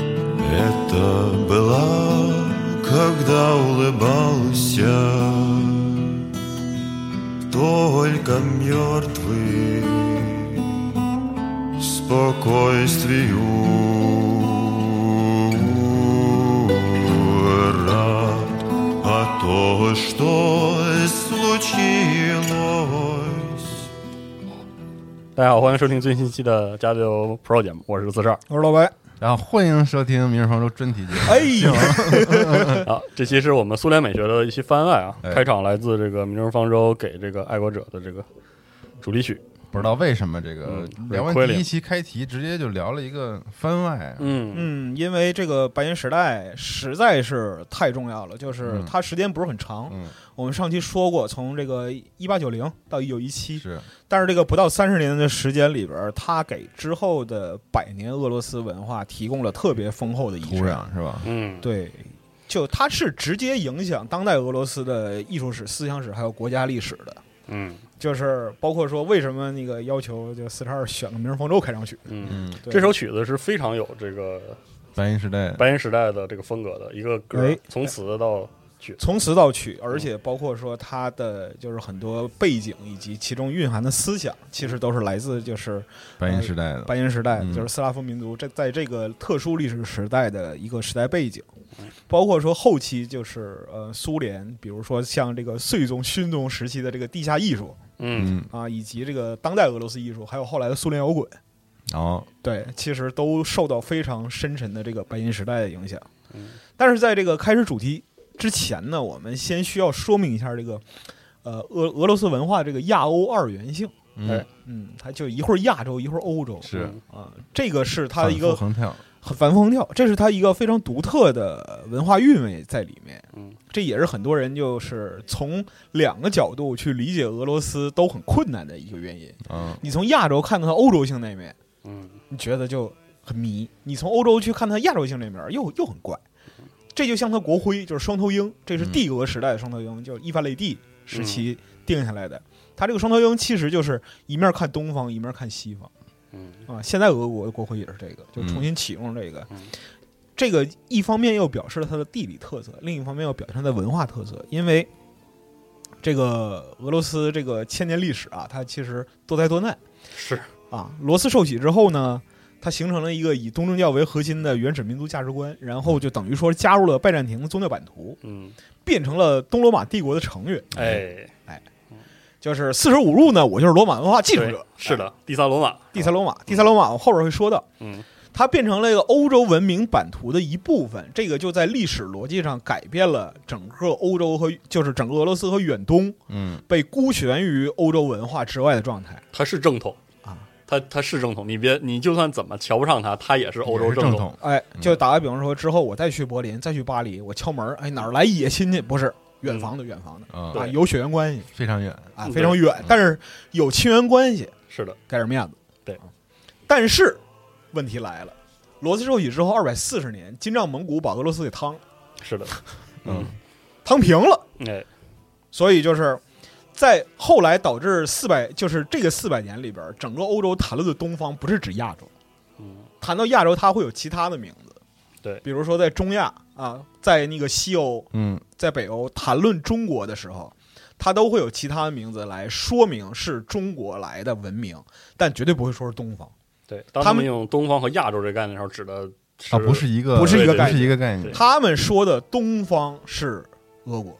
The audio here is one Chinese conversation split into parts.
Это была, когда улыбался Только мертвый Спокойствию рад А то, что случилось 大家好，欢迎收听最新一期的《加六 Pro》节目，我是四十二。我是老白，然后欢迎收听《明日方舟》专题节目。哎，啊，这期是我们苏联美学的一期番外啊，哎开场来自这个《明日方舟》给这个爱国者的这个主题曲。不知道为什么这个嗯聊亏完了第一期开题，直接就聊了一个番外。啊嗯，嗯，因为这个白银时代实在是太重要了，就是嗯它时间不是很长。嗯，我们上期说过，从这个一八九零到一九一七，是但是这个不到三十年的时间里边，它给之后的百年俄罗斯文化提供了特别丰厚的遗土产。壤是吧？嗯，对，就它是直接影响当代俄罗斯的艺术史、思想史还有国家历史的。嗯，就是包括说，为什么那个要求就四十二选个《明日方舟》开场曲？嗯，嗯，对这首曲子是非常有这个白银时代，白银时代的这个风格的一个歌哎，从词到曲。从词到曲，而且包括说它的就是很多背景以及其中蕴含的思想，其实都是来自就是白银时代的，白银时代，嗯就是斯拉夫民族这在这个特殊历史时代的一个时代背景，包括说后期就是呃苏联，比如说像这个穗宗、勋宗时期的这个地下艺术嗯，嗯，啊，以及这个当代俄罗斯艺术，还有后来的苏联摇滚，然后对，其实都受到非常深沉的这个白银时代的影响嗯。但是在这个开始主题之前呢，我们先需要说明一下这个，呃，俄俄罗斯文化这个亚欧二元性。嗯哎嗯，它就一会儿亚洲，一会儿欧洲是嗯啊，这个是它的一反个复横跳，很反复横跳，这是它一个非常独特的文化韵味在里面。嗯，这也是很多人就是从两个角度去理解俄罗斯都很困难的一个原因。嗯，你从亚洲看到它欧洲性那面，嗯，你觉得就很迷。你从欧洲去看它亚洲性这面儿，又又很怪。这就像它国徽，就是双头鹰，这是帝俄时代的双头鹰，就是伊凡雷帝时期定下来的。它这个双头鹰其实就是一面看东方，一面看西方嗯，啊。现在俄国的国徽也是这个，就重新启用这个。嗯这个一方面又表示了它的地理特色，另一方面又表现它的文化特色，因为。这个俄罗斯这个千年历史啊，它其实多灾多难，是，啊，罗斯受洗之后呢，它形成了一个以东正教为核心的原始民族价值观，然后就等于说加入了拜占庭的宗教版图，嗯，变成了东罗马帝国的成员。哎，就是四舍五入呢，我就是罗马文化继承对者。，啊是的，第三罗马，第三罗马，第三罗马，我后边会说到。嗯，它变成了一个欧洲文明版图的一部分，这个就在历史逻辑上改变了整个欧洲和就是整个俄罗斯和远东嗯，被孤悬于欧洲文化之外的状态。他是正统啊，他他是正统，你别你就算怎么瞧不上他，他也是欧洲也是正统。统，哎，嗯就打个比方说，之后我再去柏林，再去巴黎，我敲门，哎，哪儿来野亲戚？不是远房的，远房的啊，嗯啊，对有血缘关系非常远，啊，嗯非常远，但是有亲缘关系，是的，给点面子。对啊，但是问题来了，罗斯受洗之后二百四十年，金帐蒙古把俄罗斯给趟是的，嗯趟平了，哎，所以就是在后来导致四百，就是这个四百年里边，整个欧洲谈论的东方不是指亚洲，嗯，谈到亚洲它会有其他的名字，对比如说在中亚啊，在那个西欧，嗯，在北欧谈论中国的时候。它都会有其他的名字来说明是中国来的文明，但绝对不会说是东方。对，当他他们们用东方和亚洲这个概念的时候，指的是啊，不是一个，不是一个不概是念一个概念对，他们说的东方是俄国，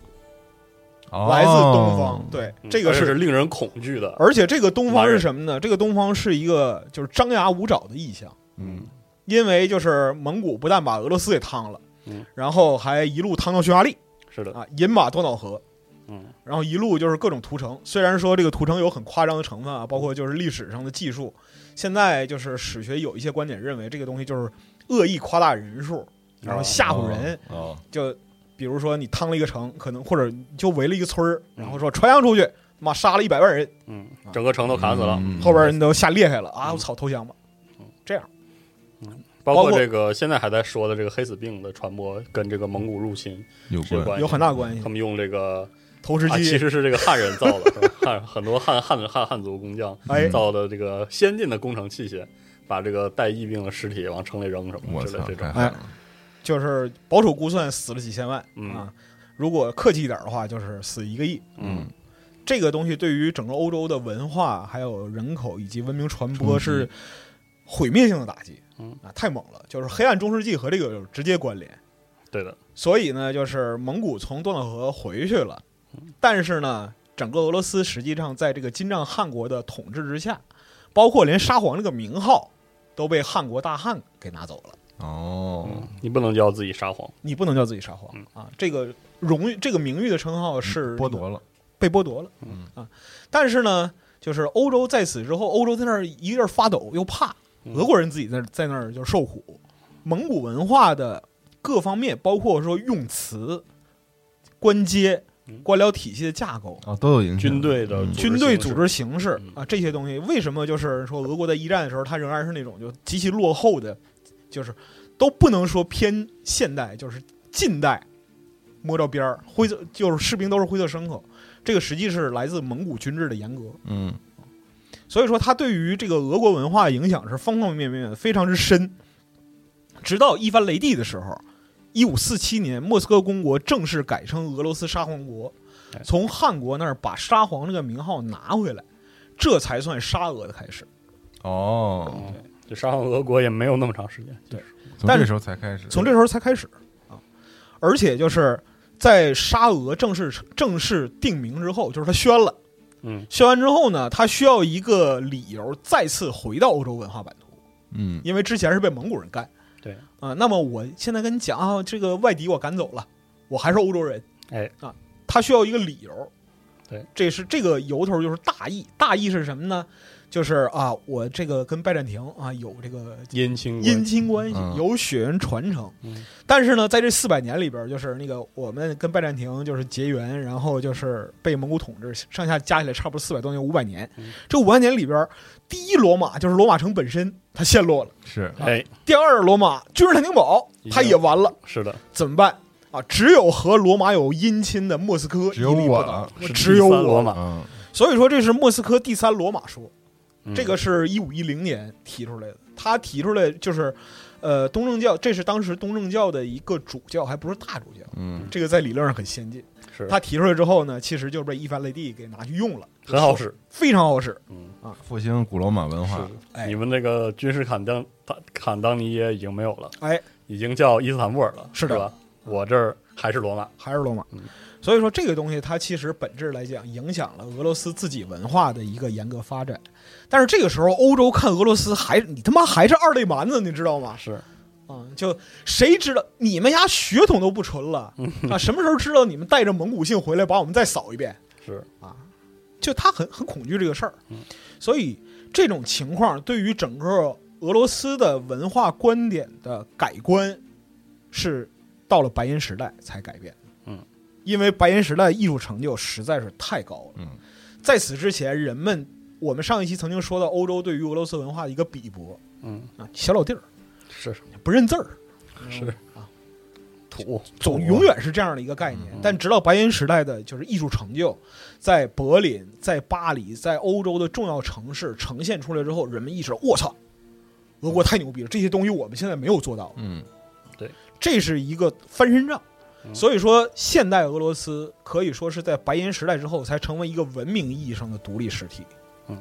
哦来自东方。，对，嗯这个而且是是令人恐惧的。而且这个东方是什么呢？这个东方是一个就是张牙舞爪的意象，嗯，因为就是蒙古不但把俄罗斯给趟了，嗯然后还一路趟到匈牙利是的，啊，饮马多瑙河，嗯，然后一路就是各种屠城。虽然说这个屠城有很夸张的成分啊，包括就是历史上的技术，现在就是史学有一些观点认为这个东西就是恶意夸大人数，然啊后吓唬人，哦，就比如说你趟了一个城，可能或者你就围了一个村儿，然后说传扬出去，妈杀了一百万人，嗯，整个城都砍死了。嗯后边人都吓裂开了啊！嗯我操，投降吧！包包括括这个现在还在说的这个黑死病的传播，跟这个蒙古入侵有是有关，关系有很大关系他。们用这个投石啊，其机，实是这个汉人造的， 是吧汉很多汉汉汉汉族工匠哎，造的这个先进的工程器械，把这个带疫病的尸体往城里扔什么我之类操这，种太。狠了，就是保守估算死了几千万嗯啊。如果客气一点的话，就是死一个亿。嗯，这个东西对于整个欧洲的文化、还有人口以及文明传播冲击是毁灭性的打击。嗯啊，太猛了！就是黑暗中世纪和这个有直接关联。对的，所以呢，就是蒙古从多瑙河回去了，嗯但是呢，整个俄罗斯实际上在这个金帐汗国的统治之下，包括连沙皇这个名号都被汉国大汗给拿走了。哦，你不能叫自己沙皇。你不能叫自己沙皇嗯啊，这个荣誉、这个名誉的称号是嗯剥夺了，被剥夺了嗯啊。但是呢，就是欧洲在此之后，欧洲在那儿一个劲儿发抖，又怕嗯俄国人自己在那儿在那儿就受苦。蒙古文化的各方面，包括说用词、官阶嗯、官僚体系的架构、哦，都有影响，军队的嗯组织军队形组式织形式嗯啊，这些东西为什么就是说俄国在一战的时候，它仍然是那种就极其落后的，就是都不能说偏现代，就是近代摸着边儿，灰色就是士兵都是灰色牲口，这个实际是来自蒙古军制的严格，嗯，所以说它对于这个俄国文化的影响是方方面面非常之深，直到伊凡雷帝的时候，一五四七年莫斯科公国正式改称俄罗斯沙皇国哎，从汉国那儿把沙皇这个名号拿回来，这才算沙俄的开始。哦，嗯，这沙皇俄国也没有那么长时间。对从但这是时候才开始，从这时候才开始啊。而且就是在沙俄正式正式定名之后，就是他宣了，嗯，宣完之后呢，他需要一个理由再次回到欧洲文化版图，嗯，因为之前是被蒙古人干。对啊，那么我现在跟你讲啊，这个外敌我赶走了，我还是欧洲人。哎啊，他需要一个理由。对，这是这个由头就是大义，大义是什么呢？就是啊，我这个跟拜占庭啊有这个姻亲关姻亲关系，嗯有血缘传承。嗯但是呢，在这四百年里边儿，就是那个我们跟拜占庭就是结缘，然后就是被蒙古统治，上下加起来差不多四百多年，五百年。嗯这五百年里边儿，第一罗马就是罗马城本身，它陷落了；是哎，第二罗马君士坦丁堡，它也完了。是的，怎么办啊？只有和罗马有姻亲的莫斯科只有屹立不我倒了我是只有第三罗我。马。嗯，所以说，这是莫斯科第三罗马说。嗯这个是一五一零年提出来的。他提出来就是，呃，东正教，这是当时东正教的一个主教，还不是大主教。嗯，这个在理论上很先进。是他提出来之后呢，其实就是被伊凡雷帝给拿去用了，很好使。非常好使。嗯，复兴古罗马文是化，哎你们这个君士坦当坦当尼耶已经没有了，哎，已经叫伊斯坦布尔了，是是的吧？我这儿还是罗马，还是罗马嗯。啊所以说这个东西它其实本质来讲影响了俄罗斯自己文化的一个严格发展。但是这个时候，欧洲看俄罗斯还你他妈还是二类蛮子，你知道吗？是啊、就谁知道你们家血统都不纯了啊？什么时候知道你们带着蒙古姓回来把我们再扫一遍？是啊，就他很很恐惧这个事儿，所以这种情况对于整个俄罗斯的文化观点的改观，是到了白银时代才改变。嗯，因为白银时代艺术成就实在是太高了。嗯，在此之前，人们我们上一期曾经说到欧洲对于俄罗斯文化的一个鄙薄嗯啊，小老弟儿是不认字儿，是啊，土总永远是这样的一个概念。但直到白银时代的就是艺术成就，在柏林、在巴黎、在欧洲的重要城市呈现出来之后，人们意识到，我操，俄国太牛逼了，这些东西我们现在没有做到，嗯这是一个翻身仗。所以说，现代俄罗斯可以说是在白银时代之后才成为一个文明意义上的独立实体。嗯，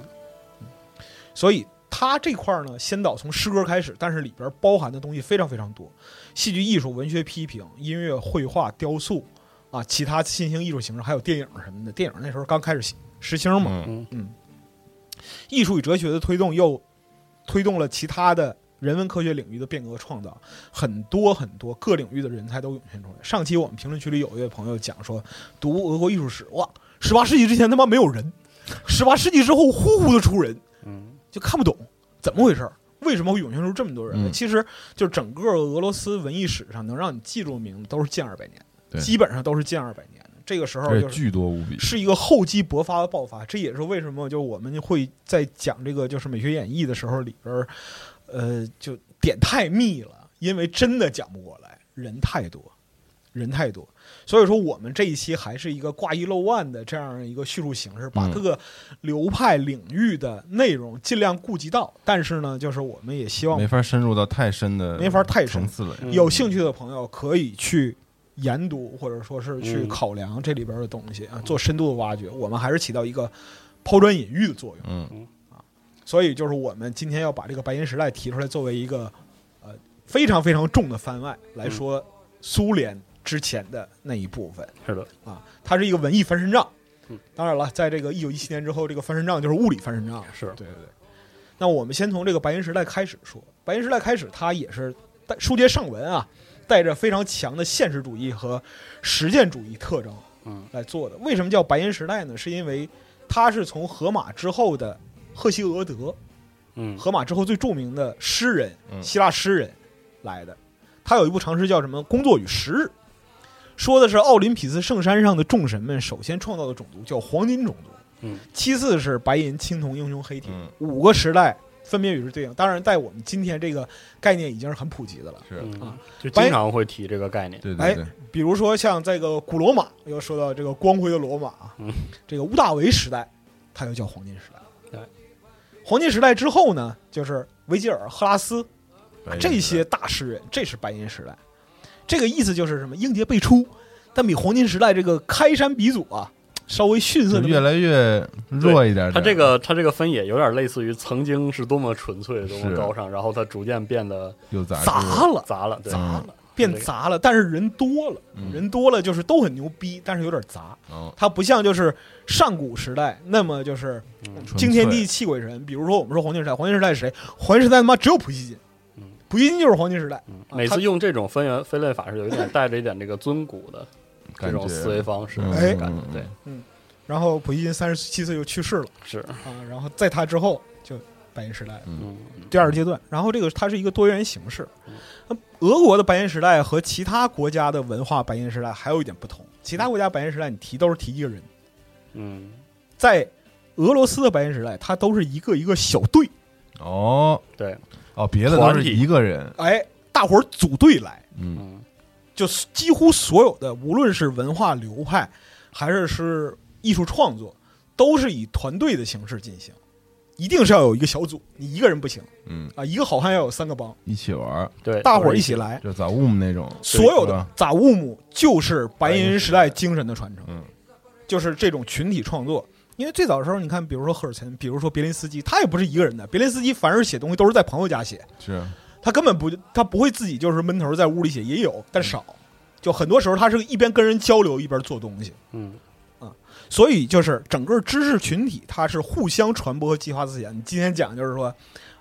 所以它这块儿呢，先导从诗歌开始，但是里边儿包含的东西非常非常多，戏剧艺术、文学批评、音乐、绘画、雕塑啊，其他新兴艺术形式，还有电影什么的。电影那时候刚开始实兴嘛，嗯艺术与哲学的推动又推动了其他的人文科学领域的变革创造，很多很多各领域的人才都涌现出来。上期我们评论区里有一位朋友讲说，读俄国艺术史，哇，十八世纪之前他妈没有人，十八世纪之后呼呼的出人，嗯就看不懂怎么回事儿。为什么会涌现出这么多人来？嗯其实，就是整个俄罗斯文艺史上能让你记住的名字都是近二百年的，对基本上都是近二百年的。这个时候而就且是巨多无比，是一个厚积薄发的爆发。这也是为什么就我们会在讲这个就是美学演绎的时候里边儿，呃，就点太密了，因为真的讲不过来，人太多，人太多。所以说，我们这一期还是一个挂一漏万的这样一个叙述形式，把嗯各个流派领域的内容尽量顾及到。但是呢，就是我们也希望没法深入到太深的，没法太深层次了。嗯有兴趣的朋友可以去研读，或者说是去嗯考量这里边的东西啊，做深度的挖掘。我们还是起到一个抛砖引玉的作用。嗯所以就是我们今天要把这个白银时代提出来，作为一个呃非常非常重的番外嗯来说，苏联之前的那一部分是的，啊，它是一个文艺翻身仗嗯。当然了，在这个一九一七年之后，这个翻身仗就是物理翻身仗，是对对对。那我们先从这个白银时代开始说，白银时代开始，它也是带书接上文啊，带着非常强的现实主义和实践主义特征，嗯，来做的。为什么叫白银时代呢？是因为它是从荷马之后的赫西俄德，嗯荷马之后最著名的诗人，嗯希腊诗人来的。他有一部长诗叫什么《工作与时日》，说的是奥林匹斯圣山上的众神们首先创造的种族叫黄金种族，嗯，其次是白银、青铜、英雄、黑铁，嗯五个时代分别与之对应。当然，在我们今天这个概念已经是很普及的了。是，嗯啊，就白经常会提这个概念，对哎对对，比如说像这个古罗马，又说到这个光辉的罗马啊，嗯这个屋大维时代，它就叫黄金时代。对，黄金时代之后呢，就是维吉尔、赫拉斯白银这些大诗人，这是白银时代。这个意思就是什么？英杰辈出，但比黄金时代这个开山鼻祖啊，稍微逊色就那么越来越弱一点点。他这个他这个分野有点类似于曾经是多么纯粹、多么是高尚，然后他逐渐变得又杂嗯杂了，啊杂了，对，杂了变杂了。但是人多了，嗯人多了就是都很牛逼，但是有点杂。嗯，它不像就是上古时代那么就是嗯嗯纯惊天粹地泣鬼神。比如说我们说黄金时代，黄金时代是谁？黄金时代他妈只有普希金嗯，普希金就是黄金时代。嗯啊每他次用这种分源分类法是有一点带着一点这个尊古的这感种觉思维方式，嗯哎感觉嗯对，然后普希金三十七岁就去世了是，啊，然后在他之后就白银时代了。嗯，第二阶段。然后这个它是一个多元形式。那俄国的白银时代和其他国家的文化白银时代还有一点不同，其他国家白银时代你提都是提一个人，嗯，在俄罗斯的白银时代，它都是一个一个小队，哦对，哦，别的都团是体一个人，哎，大伙儿组队来，嗯嗯，就是几乎所有的，无论是文化流派，还是是艺术创作，都是以团队的形式进行。一定是要有一个小组，你一个人不行嗯，啊！一个好汉要有三个帮，一起玩儿，对，大伙儿一一起来，就杂物那种，所有对的吧杂物姆就是白银时代精神的传承，嗯就是这种群体创作。因为最早的时候，你看，比如说赫尔岑，比如说别林斯基，他也不是一个人的。别林斯基凡是写东西都是在朋友家写，是，哦嗯他根本不，他不会自己就是闷头在屋里写，也有，但少。就很多时候他是一边跟人交流一边做东西，嗯，所以就是整个知识群体它是互相传播和激发自己的。你今天讲就是说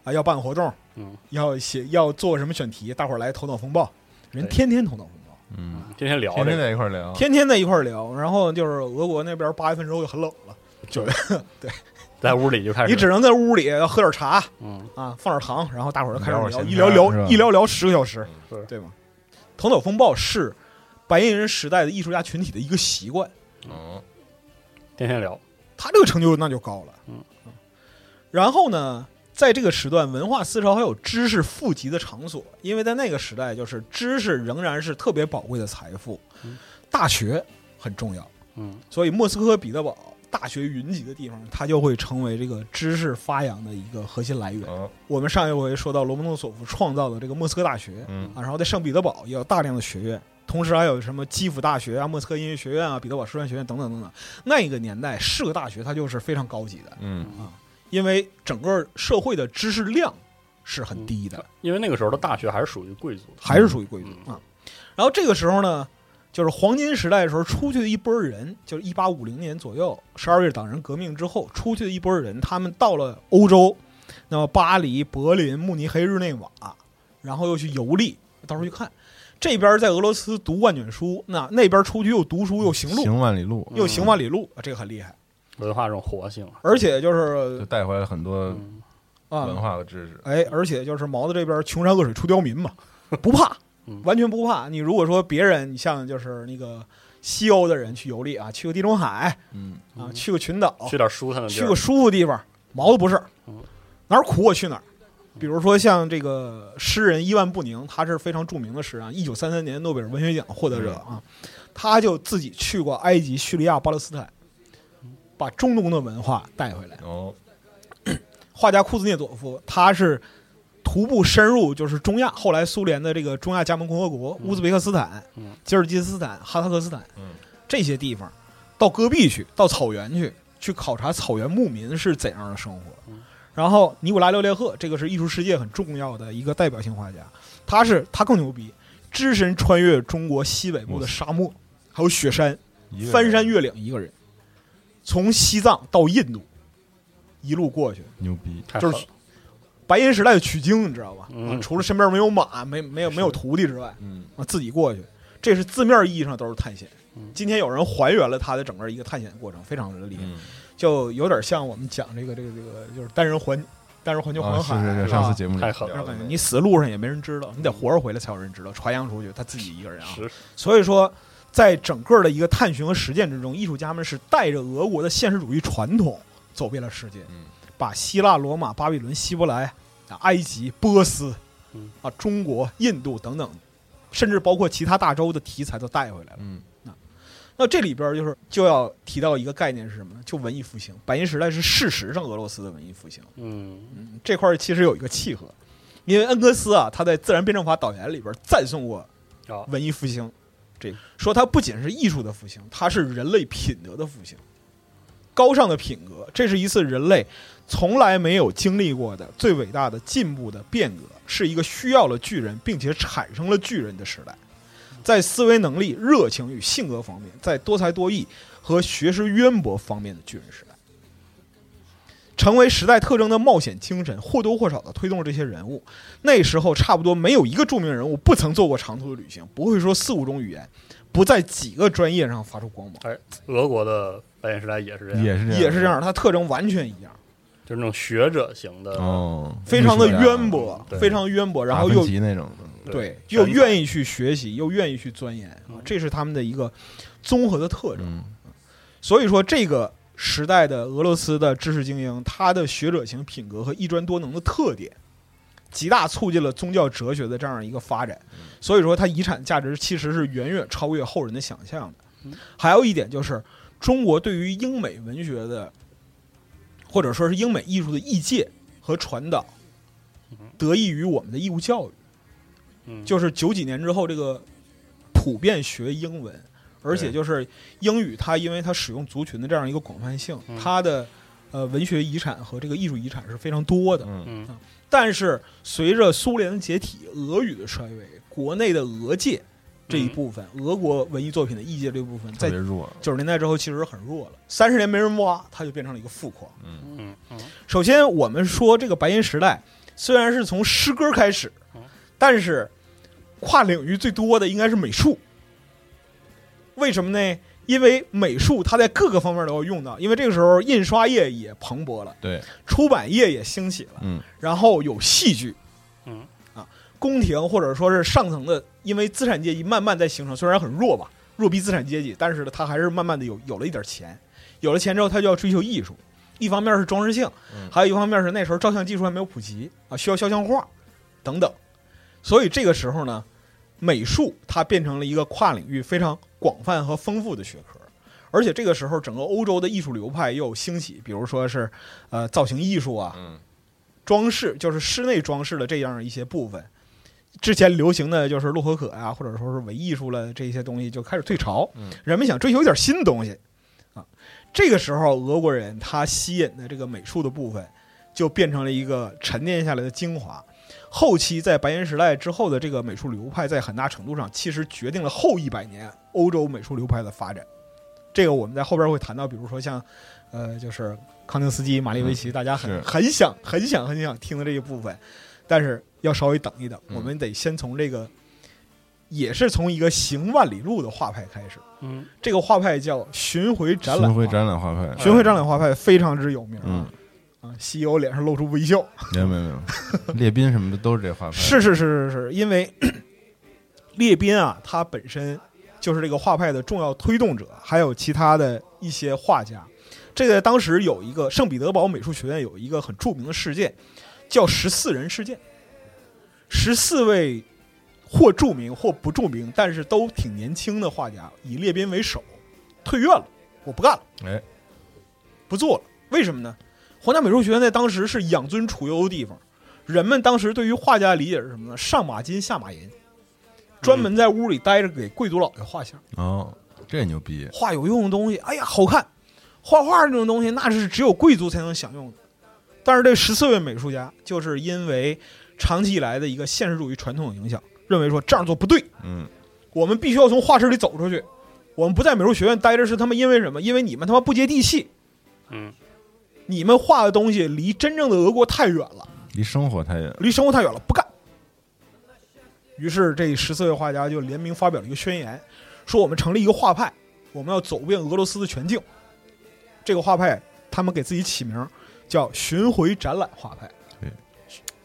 啊，要办个活动，嗯，要写要做什么选题，大伙儿来头脑风暴，人对天天头脑风暴。嗯，天天聊天这天个，在一块儿聊，天天在一块儿聊，然后就是俄国那边八月份之后就很冷了，在屋里就开始，你只能在屋里喝点茶嗯，啊，放点糖，然后大伙儿就开始聊会儿聊，闲一天聊儿是吧聊一聊聊十个小时，嗯是对吗？头脑风暴是白银人时代的艺术家群体的一个习惯，嗯天天聊，他这个成就那就高了。嗯啊，然后呢，在这个时段，文化思潮还有知识富集的场所，因为在那个时代，就是知识仍然是特别宝贵的财富嗯，大学很重要。嗯所以莫斯科、彼得堡大学云集的地方，它就会成为这个知识发扬的一个核心来源。嗯我们上一回说到罗蒙诺索夫创造的这个莫斯科大学嗯啊，然后在圣彼得堡也有大量的学院，同时还有什么基辅大学啊、莫斯科音乐学院啊、彼得堡师范学院等等等等。那个年代是个大学，它就是非常高级的，啊嗯因为整个社会的知识量是很低的，因为那个时候的大学还是属于贵族的，还是属于贵嗯族啊。然后这个时候呢，就是黄金时代的时候出去的一波人，就是一八五零年左右，十二月党人革命之后出去的一波人，他们到了欧洲，那么巴黎、柏林、慕尼黑、日内瓦，然后又去游历，到时候去看。这边在俄罗斯读万卷书，那那边出去又读书又行路，行万里嗯路，又行万里路，啊这个很厉害。文化这种活性，啊而且就就是带回来很多嗯啊，文化和知识。哎，而且就是毛子这边穷山恶水出刁 民嘛，不怕嗯，完全不怕。你如果说别人，你像就是那个西欧的人去游历啊，去个地中海嗯，啊，嗯去个群岛，去点舒坦的地去儿个，舒服地方，毛子不是嗯，哪儿苦我去哪儿。比如说像这个诗人伊万布宁，他是非常著名的诗人啊，一九三三年诺贝尔文学奖获得者啊，嗯他就自己去过埃及、叙利亚、巴勒斯坦，把中东的文化带回来。哦，画家库兹涅佐夫，他是徒步深入就是中亚，后来苏联的这个中亚加盟共和国、乌兹别克斯坦、嗯吉尔吉斯斯坦、哈萨克斯坦、嗯这些地方，到戈壁去，到草原去，去考察草原牧民是怎样的生活。然后尼古拉廖列赫，这个是艺术世界很重要的一个代表性画家，他是他更牛逼，只身穿越中国西北部的沙漠，还有雪山，嗯一个翻山人越岭一个人，从西藏到印度，一路过去。牛逼，太就狠是了白银时代的取经，你知道吧？嗯啊除了身边没有马，没没有没有徒弟之外，嗯啊，自己过去，这是字面意义上都是探险嗯。今天有人还原了他的整个一个探险过程，非常的厉害，嗯，就有点像我们讲这个这个这个，就是单人环单人环球啊环海，是是是，是吧上次节目里太狠了聊让的感那个觉你死路上也没人知道，你得活着回来才有人知道，传扬出去，他自己一个人啊。是所以说，在整个的一个探寻和实践之中，艺术家们是带着俄国的现实主义传统走遍了世界，嗯把希腊、罗马、巴比伦、希伯来、啊、埃及、波斯嗯、啊、中国、印度等等，甚至包括其他大洲的题材都带回来了。啊嗯那这里边就是就要提到一个概念是什么呢？就文艺复兴，白银时代是事实上俄罗斯的文艺复兴。嗯嗯，这块儿其实有一个契合，因为恩格斯啊，他在《自然辩证法导言》里边赞颂过啊文艺复兴，这个说它不仅是艺术的复兴，它是人类品德的复兴。高尚的品格，这是一次人类从来没有经历过的最伟大的进步的变革，是一个需要了巨人，并且产生了巨人的时代。在思维能力、热情与性格方面，在多才多艺和学识渊博方面的巨人时代，成为时代特征的冒险精神，或多或少的推动了这些人物。那时候差不多没有一个著名人物不曾做过长途的旅行，不会说四五种语言，不在几个专业上发出光芒，俄国的白银时代也是这样，也是啊也是这样，他特征完全一样，就是那种学者型的，哦，非常的艺术家渊博，对非常渊博，然后达芬又奇那种的，对，全又才愿意去学习，又愿意去钻研啊嗯，这是他们的一个综合的特征。嗯所以说，这个时代的俄罗斯的知识精英，他的学者型品格和一专多能的特点，极大促进了宗教哲学的这样一个发展。所以说，它遗产价值其实是远远超越后人的想象的嗯。还有一点就是，中国对于英美文学的，或者说是英美艺术的译介和传导，得益于我们的义务教育。嗯就是九几年之后，这个普遍学英文，而且就是英语，它因为它使用族群的这样一个广泛性嗯，它的呃文学遗产和这个艺术遗产是非常多的。嗯嗯但是随着苏联的解体，俄语的衰微，国内的俄界这一部分，俄国文艺作品的艺界这部分，嗯特在别弱，九十年代之后其实很弱了，三十年没人挖，它就变成了一个富矿。嗯嗯首先，我们说这个白银时代虽然是从诗歌开始，但是跨领域最多的应该是美术。为什么呢？因为美术它在各个方面都要用到，因为这个时候印刷业也蓬勃了，对，出版业也兴起了，嗯，然后有戏剧，嗯啊，宫廷或者说是上层的，因为资产阶级慢慢在形成，虽然很弱吧，弱逼资产阶级，但是呢，他还是慢慢的有有了一点钱，有了钱之后，他就要追求艺术，一方面是装饰性，嗯还有一方面是那时候照相技术还没有普及啊，需要肖像画等等，所以这个时候呢，美术它变成了一个跨领域非常广泛和丰富的学科。而且这个时候，整个欧洲的艺术流派又兴起，比如说是，呃，造型艺术啊，嗯，装饰，就是室内装饰的这样一些部分。之前流行的就是洛可可啊，或者说是伪艺术了这些东西就开始退潮，嗯人们想追求一点新东西啊。这个时候，俄国人他吸引的这个美术的部分，就变成了一个沉淀下来的精华。后期在白银时代之后的这个美术流派，在很大程度上其实决定了后一百年欧洲美术流派的发展。这个我们在后边会谈到，比如说像，呃，就是康定斯基、马列维奇，大家很嗯是很想、很想、很想听的这一部分，但是要稍微等一等，嗯我们得先从这个，也是从一个行万里路的画派开始。嗯这个画派叫巡回展览巡画回派，展览画派，巡回展览画派非常之有名。嗯，啊，西游脸上露出微笑，没有没有没有， 列宾什么的都是这画派，是是是是是，因为 列宾啊，他本身就是这个画派的重要推动者，还有其他的一些画家。这个当时有一个圣彼得堡美术学院有一个很著名的事件，叫十四人事件。十四位或著名或不著名，但是都挺年轻的画家，以列宾为首，退院了，我不干了，哎，不做了。为什么呢？皇家美术学院在当时是养尊处优的地方，人们当时对于画家的理解是什么呢？上马金下马银，专门在屋里待着给贵族老爷画像，哦，这牛逼，画有用的东西，哎呀好看。画画这种东西那是只有贵族才能享用的，但是这十四位美术家就是因为长期以来的一个现实主义传统的影响，认为说这样做不对，嗯，我们必须要从画室里走出去。我们不在美术学院待着是他们因为什么？因为你们他妈不接地气，嗯你们画的东西离真正的俄国太远了。离生活太远，离生活太远了，不干。于是这十四位画家就联名发表了一个宣言，说我们成立一个画派，我们要走遍俄罗斯的全境。这个画派他们给自己起名叫巡回展览画派，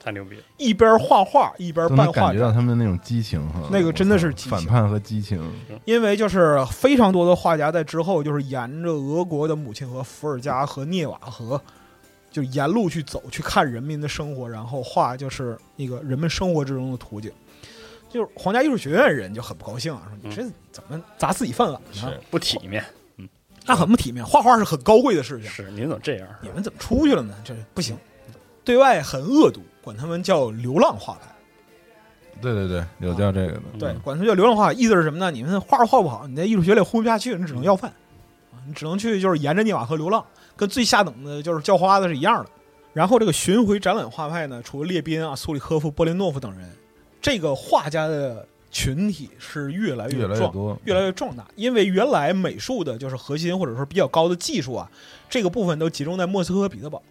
太牛逼了，一边画画一边都办能画感觉展，到他们那种激情哈，那个真的是我操激情反叛和激情，因为就是非常多的画家在之后就是沿着俄国的母亲河、伏尔加河、涅瓦河。就沿路去走，去看人民的生活，然后画就是那个人们生活之中的图景。就是皇家艺术学院人就很不高兴啊，说你这怎么砸自己饭碗呢？不体面，那很不体面，画画是很高贵的事情，是您怎么这样？哦啊你们怎么出去了呢？这不行，对外很恶毒，管他们叫流浪画派。对对对，有叫这个的，对，嗯，管他叫流浪画，意思是什么呢？你们画画画不好，你在艺术学里混不下去，你只能要饭啊，你只能去就是沿着涅瓦河流浪，跟最下等的就是叫花子是一样的。然后这个巡回展览画派呢，除了列宾啊、苏里科夫、波林诺夫等人，这个画家的群体是越来越来越壮多，越来越壮大，因为原来美术的就是核心或者说比较高的技术啊，这个部分都集中在莫斯科和彼得堡。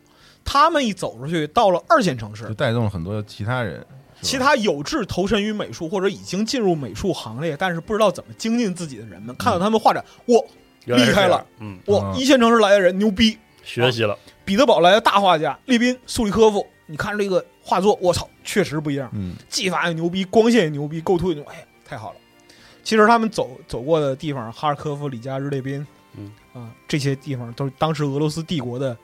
他们一走出去，到了二线城就市，带动了很多其他人，是吧其他有志投身于美术或者已经进入美术行列，但是不知道怎么精进自己的人们，看到他们画展，哇原来是厉害这样了，嗯，哇，嗯一线城市来的人牛逼，学习了，彼得堡来的大画家列宾、苏里科夫，你看这个画作，我操，确实不一样。嗯，技法也牛逼，光线也牛逼，构图也牛，哎，太好了。其实他们走走过的地方，哈尔科夫、里加日列宾，嗯啊，这些地方都是当时俄罗斯帝国的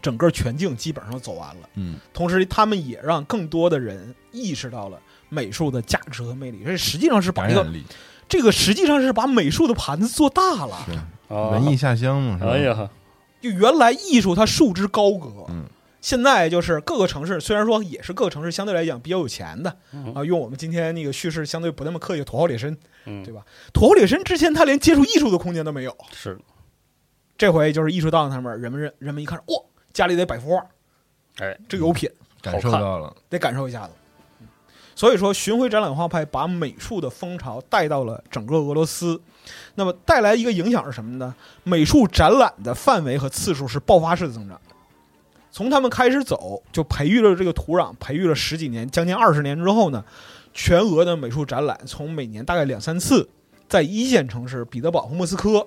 整个全境基本上走完了。嗯，同时，他们也让更多的人意识到了美术的价值和魅力。这实际上是把感这个染力，这个实际上是把美术的盘子做大了。是哦啊文艺，下乡嘛，是吧哎，呀，就原来艺术它束之高阁，嗯现在就是各个城市，虽然说也是各个城市相对来讲比较有钱的嗯啊，用我们今天那个叙事相对不那么客气，土豪劣绅，嗯对，吧？土豪劣绅之前他连接触艺术的空间都没有，是，这回就是艺术档上面，人们人人们一看，哇，家里得摆幅画，哎，这个有品，感受到了，得感受一下子。所以说，巡回展览画派把美术的风潮带到了整个俄罗斯，那么带来一个影响是什么呢？美术展览的范围和次数是爆发式的增长的。从他们开始走，就培育了这个土壤，培育了十几年，将近二十年之后呢，全俄的美术展览从每年大概两三次，在一线城市彼得堡和莫斯科，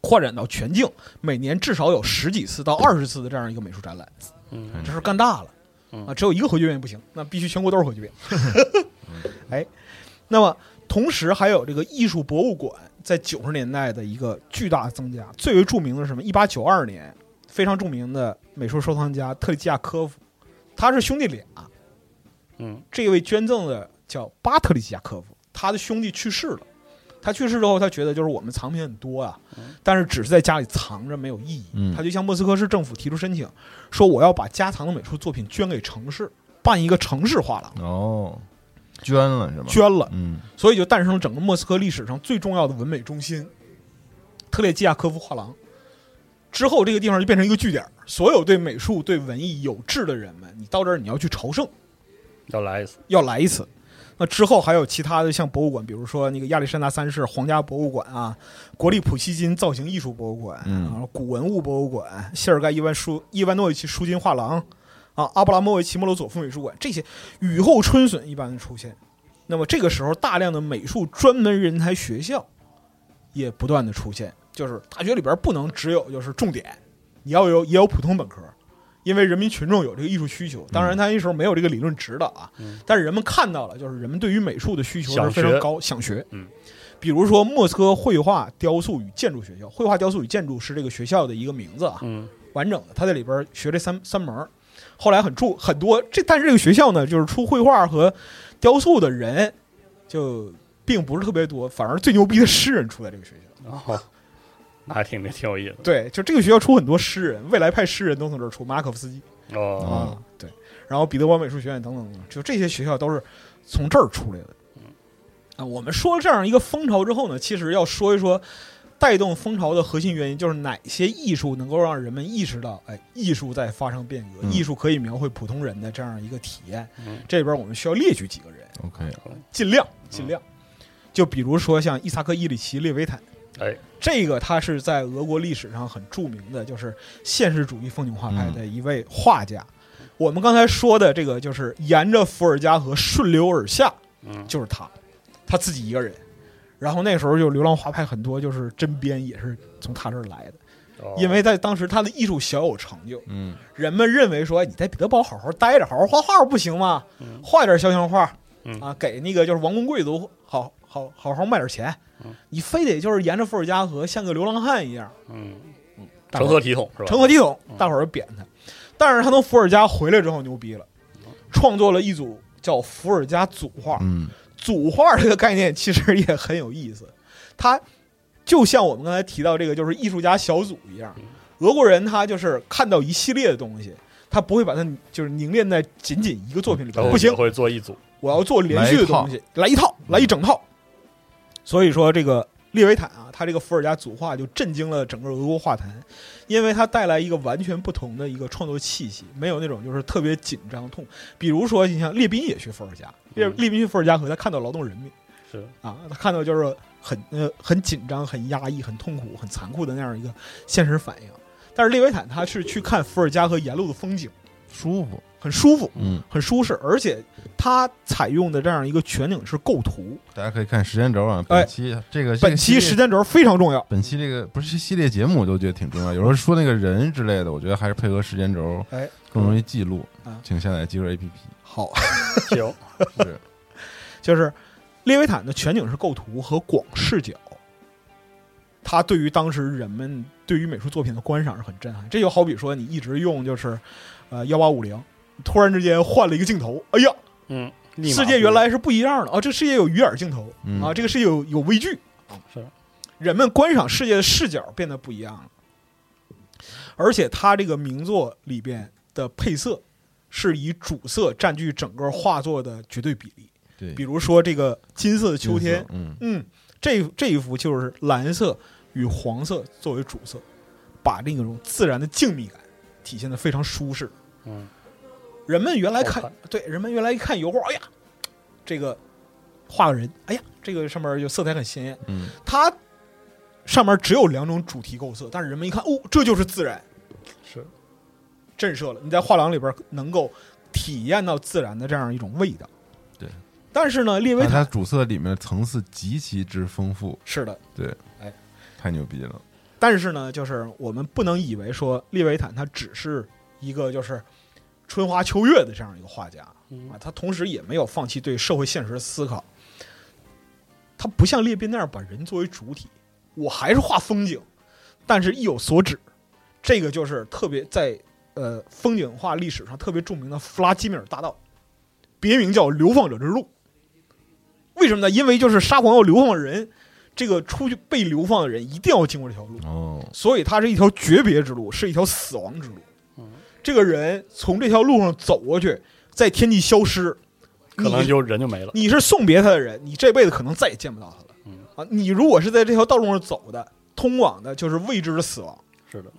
扩展到全境，每年至少有十几次到二十次的这样一个美术展览。嗯这事儿干大了嗯啊，只有一个核聚变不行，那必须全国都是核聚变。哎，那么同时还有这个艺术博物馆在九十年代的一个巨大增加，最为著名的是什么？一八九二年，非常著名的美术收藏家特里季亚科夫，他是兄弟俩，嗯，这位捐赠的叫巴特里季亚科夫，他的兄弟去世了。他去世之后，他觉得就是我们藏品很多啊，但是只是在家里藏着没有意义。嗯他就向莫斯科市政府提出申请，说我要把家藏的美术作品捐给城市，办一个城市画廊，哦，捐了是吗？，捐了，嗯，所以就诞生了整个莫斯科历史上最重要的文美中心——特列季亚科夫画廊。之后，这个地方就变成一个据点，所有对美术、对文艺有志的人们，你到这儿你要去朝圣，要来一次，要来一次。那之后还有其他的像博物馆，比如说那个亚历山大三世皇家博物馆啊，国立普希金造型艺术博物馆，嗯然后古文物博物馆，谢尔盖伊万舒伊万诺维奇舒金画廊，啊，阿布拉莫维奇莫罗佐夫美术馆，这些雨后春笋一般的出现。那么这个时候，大量的美术专门人才学校也不断的出现，就是大学里边不能只有就是重点，你要有也有普通本科，因为人民群众有这个艺术需求。当然，他那时候没有这个理论指导啊，但是人们看到了，就是人们对于美术的需求是想非常学高，想学。嗯，比如说莫斯科绘画、雕塑与建筑学校，绘画、雕塑与建筑是这个学校的一个名字啊，嗯，完整的，他在里边学这三三门儿。后来很著很多这，但是这个学校呢，就是出绘画和雕塑的人就并不是特别多，反而最牛逼的诗人出在这个学校。然后哦那还挺挺有意思对，就这个学校出很多诗人，未来派诗人都从这儿出，马可夫斯基的哦，哦啊对，然后彼得堡美术学院等等等等，就这些学校都是从这儿出来的。啊，我们说了这样一个风潮之后呢，其实要说一说带动风潮的核心原因，就是哪些艺术能够让人们意识到，哎，艺术在发生变革，嗯艺术可以描绘普通人的这样一个体验。嗯这里边我们需要列举几个人， ，OK，尽量尽量，就比如说像伊萨克·伊里奇·列维坦。哎，这个他是在俄国历史上很著名的，就是现实主义风景画派的嗯一位画家。我们刚才说的这个，就是沿着伏尔加河顺流而下，嗯，就是他，他自己一个人。然后那时候就流浪画派很多，就是针砭也是从他这儿来的，哦因为在当时他的艺术小有成就，嗯，人们认为说哎你在彼得堡好好待着，好好画画不行吗？画点肖像画嗯，啊，给那个就是王公贵族好好好好卖点钱，你非得就是沿着伏尔加河像个流浪汉一样，嗯，大成伙儿何体统是吧？成何体统？大伙儿就贬他。但是他从伏尔加回来之后牛逼了，创作了一组叫伏尔加组画。嗯，组画这个概念其实也很有意思，它就像我们刚才提到这个就是艺术家小组一样，俄国人他就是看到一系列的东西。他不会把它就是凝练在仅仅一个作品里边，然后不行也，会做一组，我要做连续的东西，来一套，来一整套。所以说，这个列维坦啊，他这个伏尔加组画就震惊了整个俄国画坛，因为它带来一个完全不同的一个创作气息，没有那种就是特别紧张痛。比如说，你像列宾也去伏尔加，列嗯列宾去伏尔加河，他看到劳动人民是啊，他看到就是很呃很紧张、很压抑、很痛苦、很残酷的那样一个现实反应。但是列维坦他是去看伏尔加河沿路的风景，舒服，很舒服，嗯，很舒适，而且它采用的这样一个全景式构图。大家可以看时间轴啊，哎本期这个本期时。间轴非常重 要，本期这个不是系列节目，我都觉得挺重要。有时候说那个人之类的，我觉得还是配合时间轴哎，更容易记录啊。请下载记录 APP。好，行，是，就是列维坦的全景式构图和广视角，它对于当时人们对于美术作品的观赏是很震撼。这就好比说，你一直用就是呃幺八五零。突然之间换了一个镜头，哎呀，嗯，立马世界原来是不一样的啊！这世界有鱼眼镜头、嗯啊，这个世界有有微距，啊是人们观赏世界的视角变得不一样了。而且他这个名作里边的配色是以主色占据整个画作的绝对比例，对比，如说这个金色的秋天，嗯，嗯，这这一幅就是蓝色与黄色作为主色，把那种自然的静谧感体现的非常舒适。嗯，人们原来好看对人们原来一看油画，哎呀，这个画个人，哎呀，这个上面就色彩很鲜艳。嗯，它上面只有两种主题构色，但是人们一看，哦，这就是自然，是震慑了。你在画廊里边能够体验到自然的这样一种味道。对，但是呢，列维但塔它主色里面的层次极其之丰富，是的，太牛逼了。但是呢，就是我们不能以为说列维坦他只是一个就是春花秋月的这样一个画家嗯啊，他同时也没有放弃对社会现实的思考。他不像列宾那样把人作为主体，我还是画风景，但是意有所指。这个就是特别在呃风景画历史上特别著名的弗拉基米尔大道，别名叫流放者之路。为什么呢？因为就是沙皇要流放人，这个出去被流放的人一定要经过这条路。哦，所以它是一条诀别之路，是一条死亡之路。这个人从这条路上走过去，在天际消失，可能你就人就没了。你是送别他的人，你这辈子可能再也见不到他了。嗯啊，你如果是在这条道路上走的，通往的就是未知的死亡，是的，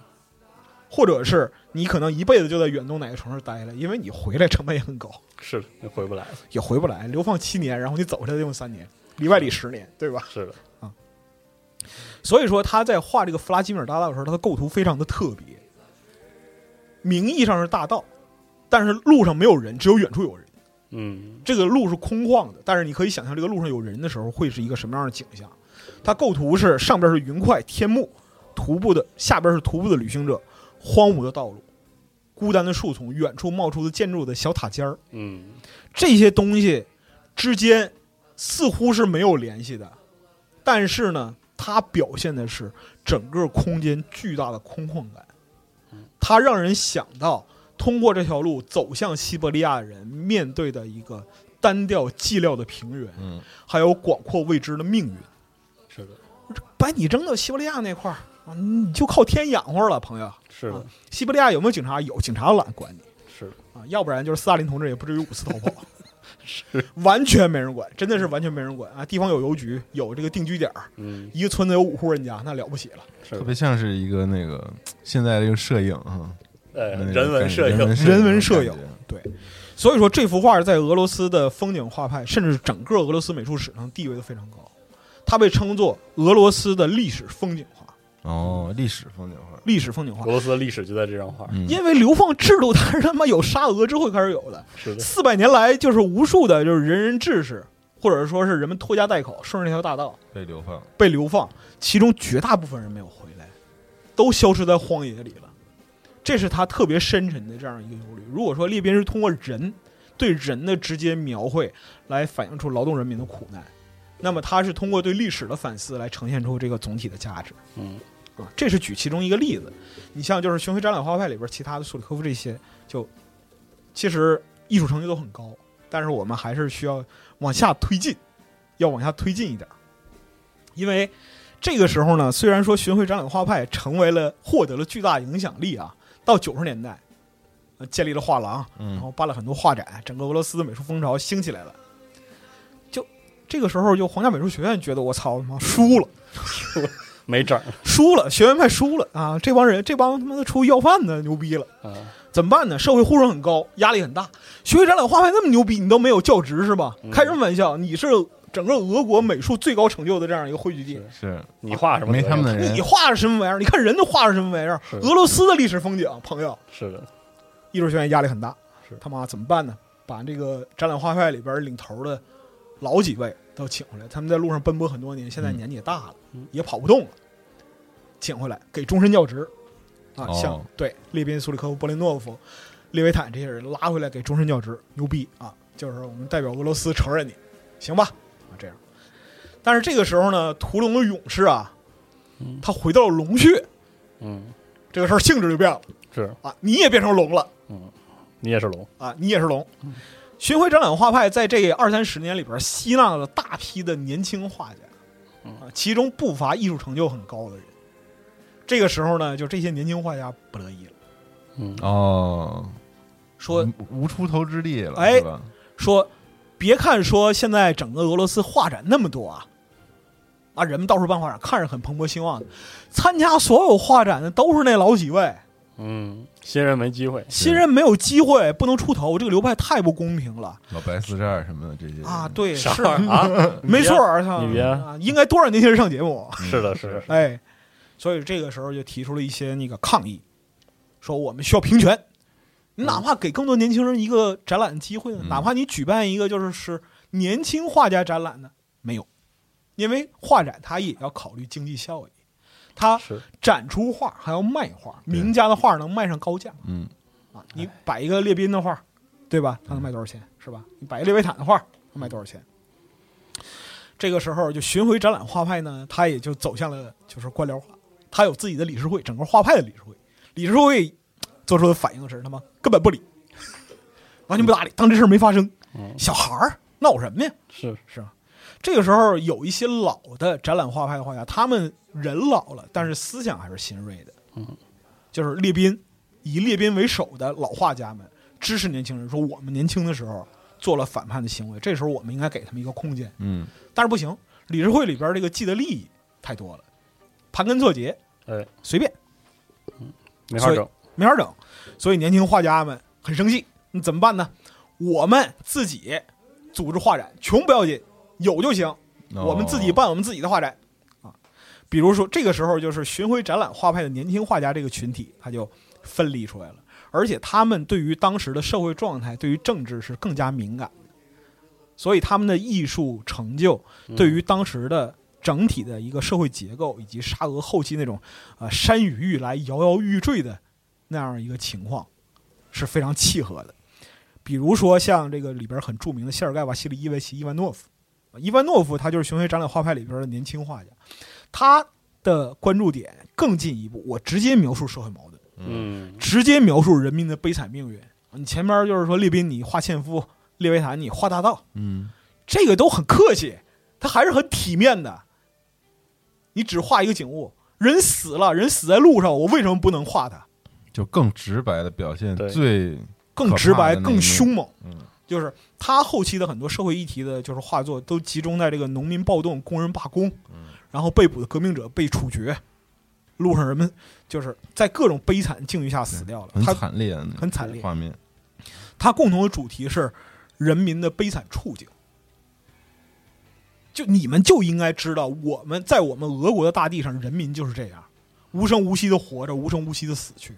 或者是你可能一辈子就在远东哪个城市待了，因为你回来成本也很高， 是的，你回不来了。也回不来。流放七年，然后你走下来用三年，里外里十年，对吧？是的，所以说他在画这个弗拉基米尔大道的时候，他的构图非常的特别。名义上是大道，但是路上没有人，只有远处有人。嗯，这个路是空旷的，但是你可以想象这个路上有人的时候会是一个什么样的景象。它构图是上边是云块天幕，徒步的下边是徒步的旅行者，荒芜的道路，孤单的树丛，远处冒出的建筑的小塔尖儿，嗯，这些东西之间似乎是没有联系的，但是呢，它表现的是整个空间巨大的空旷感，它让人想到通过这条路走向西伯利亚的人面对的一个单调寂寥的平原，嗯，还有广阔未知的命运。是的，把你扔到西伯利亚那块儿啊，你就靠天养活了，朋友。是的啊，西伯利亚有没有警察？有，警察懒得管你。是的，嗯啊，要不然就是斯大林同志也不至于五次逃跑，是完全没人管，真的是完全没人管啊！地方有邮局，有这个定居点儿，嗯，一个村子有五户人家，那了不起了。是特的，别像是一个那个现在这个摄影哈，哎，那个人文感摄人文影，人文摄影影所以说，这幅画在俄罗斯的风景画派，甚至整个俄罗斯美术史上地位都非常高，它被称作俄罗斯的历史风景画，哦，历史风景画，历史风景画俄。罗斯的历史就在这张画。嗯，因为流放制度，它是他妈有沙俄之后开始有的，是的，四百年来就是无数的，就是人人志士，或者说是人们拖家带口，顺着这条大道被流放，被流放，其中绝大部分人没有回来，都消失在荒野里了。这是他特别深沉的这样一个忧虑。如果说列边是通过人对人的直接描绘来反映出劳动人民的苦难，那么他是通过对历史的反思来呈现出这个总体的价值嗯，啊。这是举其中一个例子。你像就是巡回展览画派里边其他的索里科夫这些，就其实艺术成就都很高，但是我们还是需要往下推进，要往下推进一点儿，因为这个时候呢，虽然说巡回展览画派成为了获得了巨大影响力啊，到九十年代，呃建立了画廊，然嗯，后办了很多画展，整个俄罗斯的美术风潮兴起来了。就这个时候，就皇家美术学院觉得我操他妈输了，没整输了，学院派输了啊！这帮人，这帮他妈的出去要饭的牛逼了，啊，怎么办呢？社会呼声很高，压力很大。学会展览画派那么牛逼，你都没有教职是吧？嗯开什么玩笑？你是整个俄国美术最高成就的这样一个汇聚地，是你画什么？没他们的 人你，画的什么玩意儿？你看人都画的什么玩意儿是？俄罗斯的历史风景，朋友，是的，艺术学院压力很大，是他妈怎么办呢？把这个展览画派里边领头的老几位都请回来，他们在路上奔波很多年，现在嗯年纪也大了，嗯也跑不动了，请回来给终身教职啊，哦像对列宾、苏里科夫、波林诺夫、列维坦这些人拉回来给终身教职，牛逼啊！就是我们代表俄罗斯承认你，行吧？啊，这样。但是这个时候呢，屠龙的勇士啊，他回到了龙穴，嗯，这个事儿性质就变了是，啊，你也变成龙了。你也是龙，啊，你也是龙。巡回展览画派在这二三十年里边吸纳了大批的年轻画家，啊，其中不乏艺术成就很高的人。这个时候呢，就这些年轻画家不乐意了，嗯，哦，说无无出头之地了，哎是吧？说，别看说现在整个俄罗斯画展那么多啊，啊，人们到处办画展，看着很蓬勃兴旺的，参加所有画展的都是那老几位，嗯，新人没机会，新人没有机会，不能出头，这个流派太不公平了老白四十二什么的这些啊！，对，啥是啊？ 没错儿，操你别啊，应该多少年轻人上节目，嗯是的，是的，哎，所以这个时候就提出了一些那个抗议，说我们需要平权，你哪怕给更多年轻人一个展览机会呢，嗯哪怕你举办一个就是是年轻画家展览呢，没有，因为画展它也要考虑经济效益，它是展出画还要卖画，对名家的画能卖上高价嗯，啊，你摆一个列宾的画，对吧？它能卖多少钱是吧？你摆一个列维坦的画，能卖多少钱？这个时候就巡回展览画派呢，他也就走向了就是官僚化，他有自己的理事会，整个画派的理事会，理事会做出的反应是他妈根本不理，完全不搭理，当这事儿没发生。哦小孩儿闹什么呀？是是吧？这个时候有一些老的展览画派的画家，他们人老了，但是思想还是新锐的。嗯，就是列宾，以列宾为首的老画家们支持年轻人，说我们年轻的时候做了反叛的行为，这时候我们应该给他们一个空间。嗯，但是不行，理事会里边这个既得利益太多了，盘根错节，哎，随便没法整，没法整。所以年轻画家们很生气，你怎么办呢？我们自己组织画展，穷不要紧，有就行。哦我们自己办我们自己的画展啊。比如说，这个时候就是巡回展览画派的年轻画家这个群体，他就分离出来了，而且他们对于当时的社会状态、对于政治是更加敏感的，所以他们的艺术成就嗯对于当时的整体的一个社会结构，以及沙俄后期那种啊、呃山雨欲来、摇摇欲坠的那样一个情况，是非常契合的。比如说，像这个里边很著名的谢尔盖·瓦西里伊维奇·伊万诺夫，伊万诺夫他就是巡回展览画派里边的年轻画家，他的关注点更进一步，我直接描述社会矛盾，嗯，直接描述人民的悲惨命运。你前面就是说列宾你画纤夫，列维坦你画大盗，嗯这个都很客气，他还是很体面的。你只画一个景物，人死了，人死在路上，我为什么不能画他？就更直白的表现对最更直白、可怕的那一面更凶猛。嗯就是他后期的很多社会议题的，就是画作都集中在这个农民暴动、工人罢工，嗯然后被捕的革命者被处决，路上人们就是在各种悲惨境遇下死掉了。很他惨烈的那种很惨烈画面，他共同的主题是人民的悲惨处境。就你们就应该知道，我们在我们俄国的大地上，人民就是这样，无声无息的活着，无声无息的死去，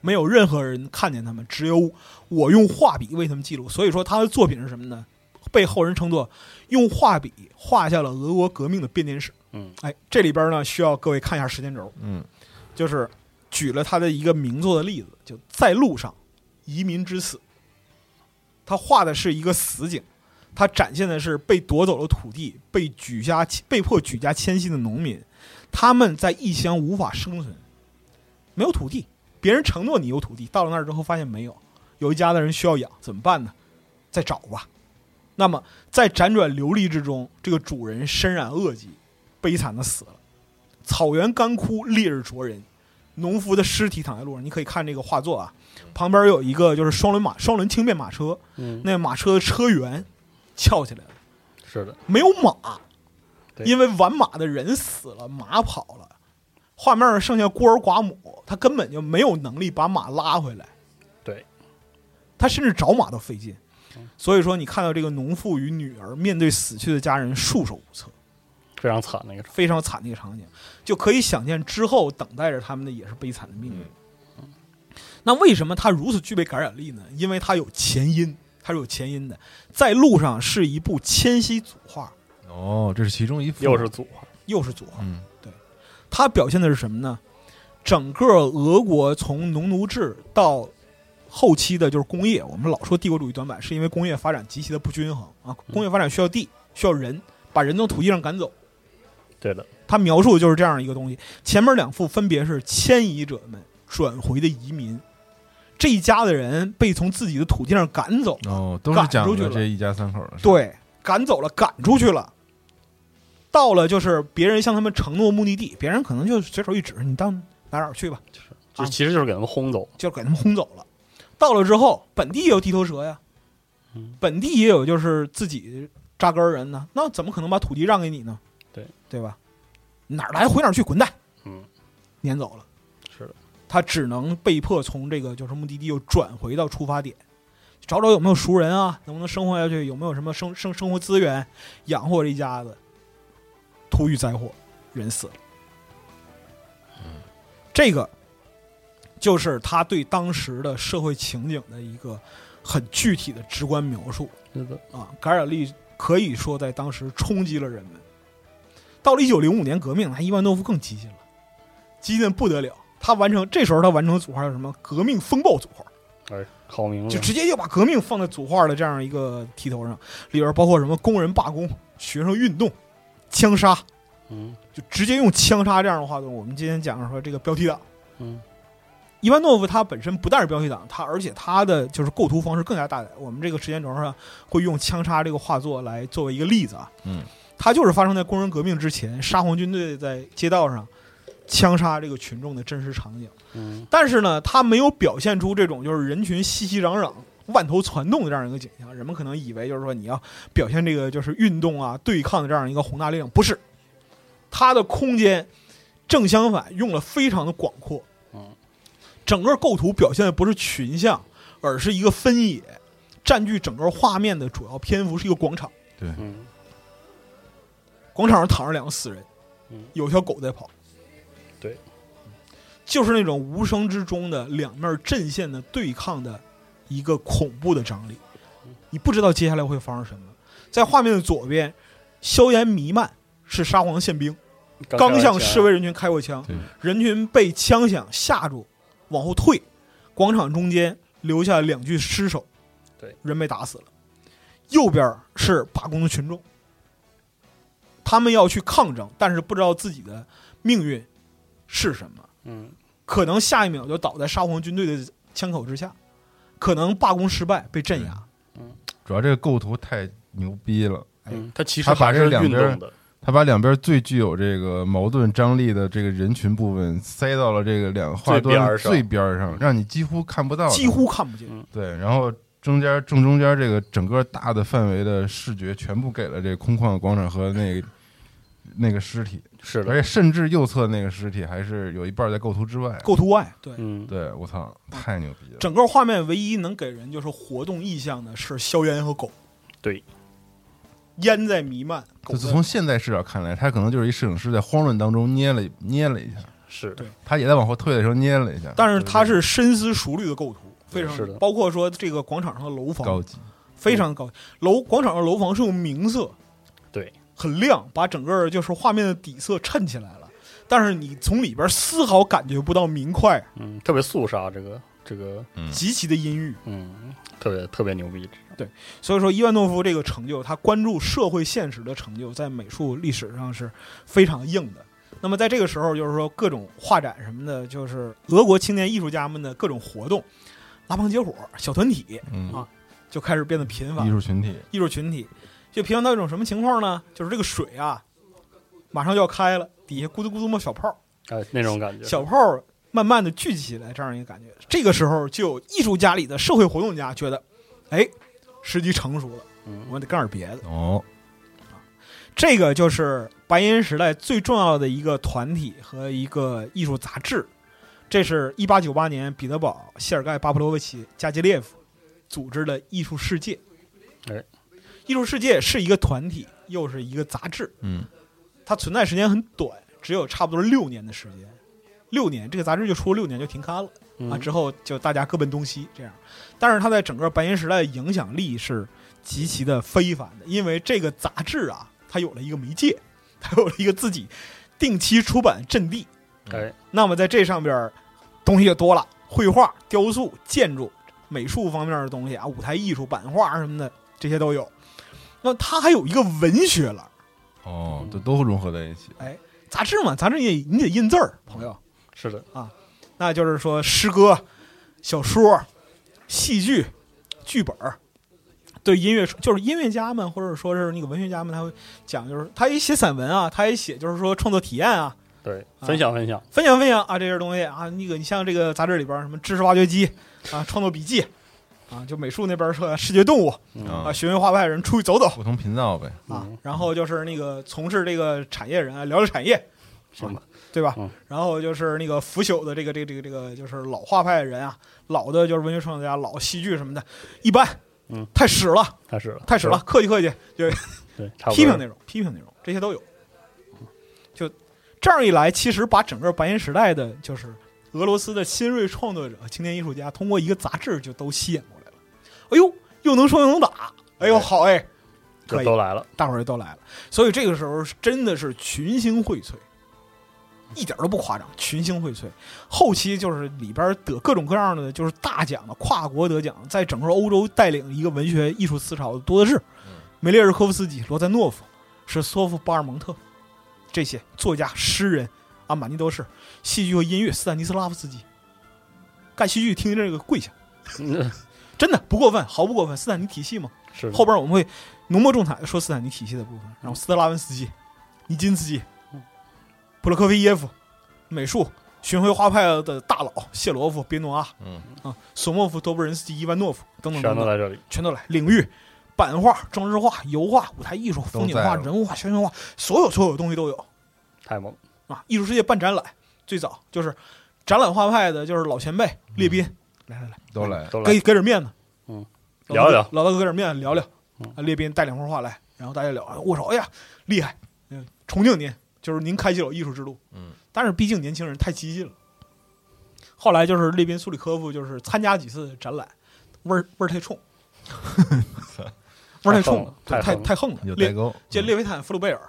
没有任何人看见他们，只有我用画笔为他们记录。所以说，他的作品是什么呢？被后人称作用画笔画下了俄国革命的编年史。嗯，哎，这里边呢需要各位看一下时间轴。嗯就是举了他的一个名作的例子，就在路上，移民之死。他画的是一个死景，他展现的是被夺走了土地、被举家被迫举家迁徙的农民，他们在异乡无法生存，没有土地，别人承诺你有土地，到了那儿之后发现没有，有一家的人需要养，怎么办呢？再找吧。那么在辗转流离之中，这个主人身染恶疾，悲惨的死了。草原干枯，烈日灼人，农夫的尸体躺在路上。你可以看这个画作啊，旁边有一个就是双轮马、双轮轻便马车，嗯，那马车的车辕翘起来了，是的，没有马，对因为玩马的人死了，马跑了，画面上剩下孤儿寡母，他根本就没有能力把马拉回来。对，嗯他甚至找马都费劲。所以说，你看到这个农妇与女儿面对死去的家人束手无策，非常惨那个场，非常惨的一个场景，就可以想见之后等待着他们的也是悲惨的命运。嗯那为什么它如此具备感染力呢？因为它有前因，它是有前因的。在路上是一部迁徙组画，哦，这是其中一幅，又是组合，又是组画，嗯它表现的是什么呢？整个俄国从农奴制到后期的就是工业，我们老说帝国主义短板，是因为工业发展极其的不均衡啊。工业发展需要地，需要人，把人从土地上赶走。对的，他描述的就是这样一个东西。前面两幅分别是迁移者们转回的移民，这一家的人被从自己的土地上赶走，哦，都是赶讲出去的了这一家三口的事，对，赶走了，赶出去了。到了就是别人向他们承诺目的地，别人可能就随手一指，你到哪儿哪儿去吧，就其实就是给他们轰走，就给他们轰走了。到了之后，本地也有地头蛇呀嗯，本地也有就是自己扎根儿人呢，那怎么可能把土地让给你呢？对对吧？哪儿来回哪儿去，滚蛋！嗯，撵走了。是的，他只能被迫从这个就是目的地又转回到出发点，找找有没有熟人啊，能不能生活下去，有没有什么生生生活资源养活这一家子。突遇灾祸，人死了。嗯这个就是他对当时的社会情景的一个很具体的直观描述。是的，啊，感染力可以说在当时冲击了人们。到了一九零五年革命，他伊万诺夫更激进了，激进得不得了。他完成这时候他完成组画叫什么？革命风暴组画，哎，好名字就，直接就把革命放在组画的这样一个题头上，里边包括什么工人罢工、学生运动、枪杀，嗯就直接用枪杀这样的话动。我们今天讲说这个标题党，嗯伊万诺夫他本身不但是标题党，他而且他的就是构图方式更加大胆。我们这个时间轴上会用枪杀这个画作来作为一个例子啊。嗯，它就是发生在工人革命之前，沙皇军队在街道上枪杀这个群众的真实场景。嗯但是呢，他没有表现出这种就是人群熙熙攘攘、万头攒动的这样一个景象。人们可能以为就是说你要表现这个就是运动啊、对抗的这样一个宏大力量，不是。它的空间正相反，用了非常的广阔。嗯，整个构图表现的不是群像，而是一个分野，占据整个画面的主要篇幅是一个广场。嗯广场上躺着两个死人嗯，有条狗在跑。对，就是那种无声之中的两面阵线的对抗的一个恐怖的张力，嗯你不知道接下来会发生什么。在画面的左边，硝烟弥漫，是沙皇宪兵刚向示威人群开过枪对，人群被枪响吓住，往后退。广场中间留下两具尸首，对，人被打死了。右边是罢工的群众，他们要去抗争，但是不知道自己的命运是什么，嗯可能下一秒就倒在沙皇军队的枪口之下，可能罢工失败被镇压。主要这个构图太牛逼了，哎嗯，他其实他把还这是两运边动的，他把两边最具有这个矛盾张力的这个人群部分塞到了这个两画最边端儿上最边儿上，让你几乎看不到的，几乎看不见嗯，对，然后中间正中间这个整个大的范围的视觉全部给了这个空旷的广场和那个那个尸体，是而的，且甚至右侧那个尸体还是有一半在构图之外。构图外，对，嗯，对，我操，太牛逼了！整个画面唯一能给人就是活动意象的是硝烟和狗，对，烟在弥漫，狗就在从现在视角看来，他可能就是一摄影师在慌乱当中捏了捏了一下，是对他也在往后退的时候捏了一下，但是它是深思熟虑的构图，非常是的包括说这个广场上的楼高房级。非常高，楼广场上的楼房是用明色，对，很亮，把整个就是画面的底色衬起来了。但是你从里边丝毫感觉不到明快，嗯，特别肃杀，这个这个，极其的阴郁。嗯，特别特别牛逼，所以说，伊万诺夫这个成就，他关注社会现实的成就，在美术历史上是非常硬的。那么在这个时候，就是说各种画展什么的，就是俄国青年艺术家们的各种活动，拉帮结伙、小团体嗯，啊就开始变得频繁艺。术群体，艺术群体，就频繁到一种什么情况呢？就是这个水啊，马上就要开了，底下咕嘟咕嘟冒小泡儿，哎，那种感觉，小泡儿慢慢的聚集起来，这样一个感觉。这个时候，就有艺术家里的社会活动家觉得，哎，时机成熟了，我嗯，们得干点别的。哦，这个就是白银时代最重要的一个团体和一个艺术杂志。这是一八九八年，彼得堡、谢尔盖·巴甫洛维奇·加基列夫组织的《艺术世界》。哎，艺术世界是一个团体，又是一个杂志，嗯，它存在时间很短，只有差不多六年的时间。六年，这个杂志就出了六年就停刊了。嗯啊，之后就大家各奔东西这样。但是它在整个白银时代的影响力是极其的非凡的，因为这个杂志啊，它有了一个媒介，它有了一个自己定期出版阵地。哎，那么在这上边儿东西就多了，绘画、雕塑、建筑、美术方面的东西啊，舞台艺术、版画什么的，这些都有。那它还有一个文学栏，哦，这都融合在一起，杂志嘛，杂志也你得印字儿，朋友。是的，那就是说诗歌、小说、戏剧、剧本儿，对音乐就是音乐家们或者说是那个文学家们，他会讲，就是他也写散文啊，他也写就是说创作体验啊，对，啊分享分享，分享分享啊这些东西啊，那个你像这个杂志里边儿什么知识挖掘机啊，创作笔记啊，就美术那边儿说视觉动物嗯啊啊，，学院画派人出去走走不同频道呗，啊嗯，然后就是那个从事这个产业人啊，聊聊产业，行吧，对吧？嗯然后就是那个腐朽的这个这个这个这个，就是老画派人啊，老的就是文学创作家，老戏剧什么的，一般，嗯，太屎了，太屎了，太屎了，，客气客气，对，差不多批评内容，批评内容，这些都有。就这样一来，其实把整个白银时代的，就是俄罗斯的新锐创作者、青年艺术家，通过一个杂志就都吸引过来了。哎呦，又能说又能打，哎呦，对好哎，可就以都 来了，大伙儿都来了。所以这个时候真的是群星荟萃，一点儿都不夸张，群星荟萃。后期就是里边得各种各样的就是大奖的，跨国得奖，在整个欧洲带领一个文学艺术思潮的多的是，梅列日科夫斯基、罗赞诺夫、是索夫巴尔蒙特这些作家、诗人啊，满地都是。戏剧和音乐，斯坦尼斯拉夫斯基干戏剧，听这个跪下，嗯真的不过分，毫不过分。斯坦尼体系嘛。是后边我们会浓墨重彩的说斯坦尼体系的部分，然后斯特拉文斯基、尼金斯基、普罗科菲耶夫、美术巡回画派的大佬谢罗夫、别诺阿、嗯啊、索莫夫、多布仁斯基、伊万诺夫等等全等都在等，这里，全都来。领域、版画、装饰画、油画、舞台艺术、风景都在画、了人物画、宣传画，所有所有东西都有太猛了，啊！艺术世界办展览，最早就是展览画派的，就是老前辈嗯列宾，来来来，都来都来给给点面子。老大聊一哥聊，老大哥搁这面聊聊嗯。啊，列宾带两幅画来，然后大家聊，啊握手，哎呀，厉害，嗯，崇敬您，就是您开启了艺术之路。嗯，但是毕竟年轻人太激进了。后来就是列宾苏里科夫，就是参加几次展览，味儿味儿太 冲，味儿太冲了，对太横太了太横了。有代列沟，嗯嗯这列维坦、弗鲁贝尔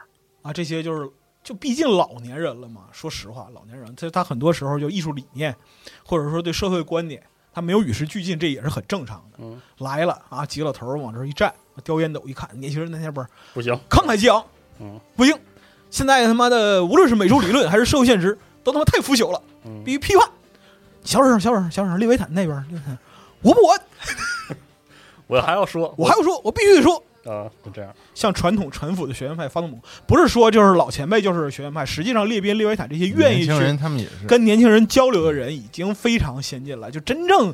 啊，这些就是就毕竟老年人了嘛。说实话，老年人他他很多时候就艺术理念，或者说对社会观点，他没有与时俱进，这也是很正常的。嗯来了啊，挤老头儿往这儿一站，叼烟斗一看，年轻人在那边儿不行，慷慨激昂，嗯，不行，现在他妈的无论是美术理论还是社会现实，都他妈太腐朽了，嗯必须批判。小声，小声，小声，列维坦那边儿，列维坦，我不管，我还要说，我还要说，我必须得说，啊，就这样，向传统陈腐的学院派发动猛攻，不是说就是老前辈就是学院派，实际上列宾、列维坦这些愿意年轻人去他们也是跟年轻人交流的人已经非常先进了，就真正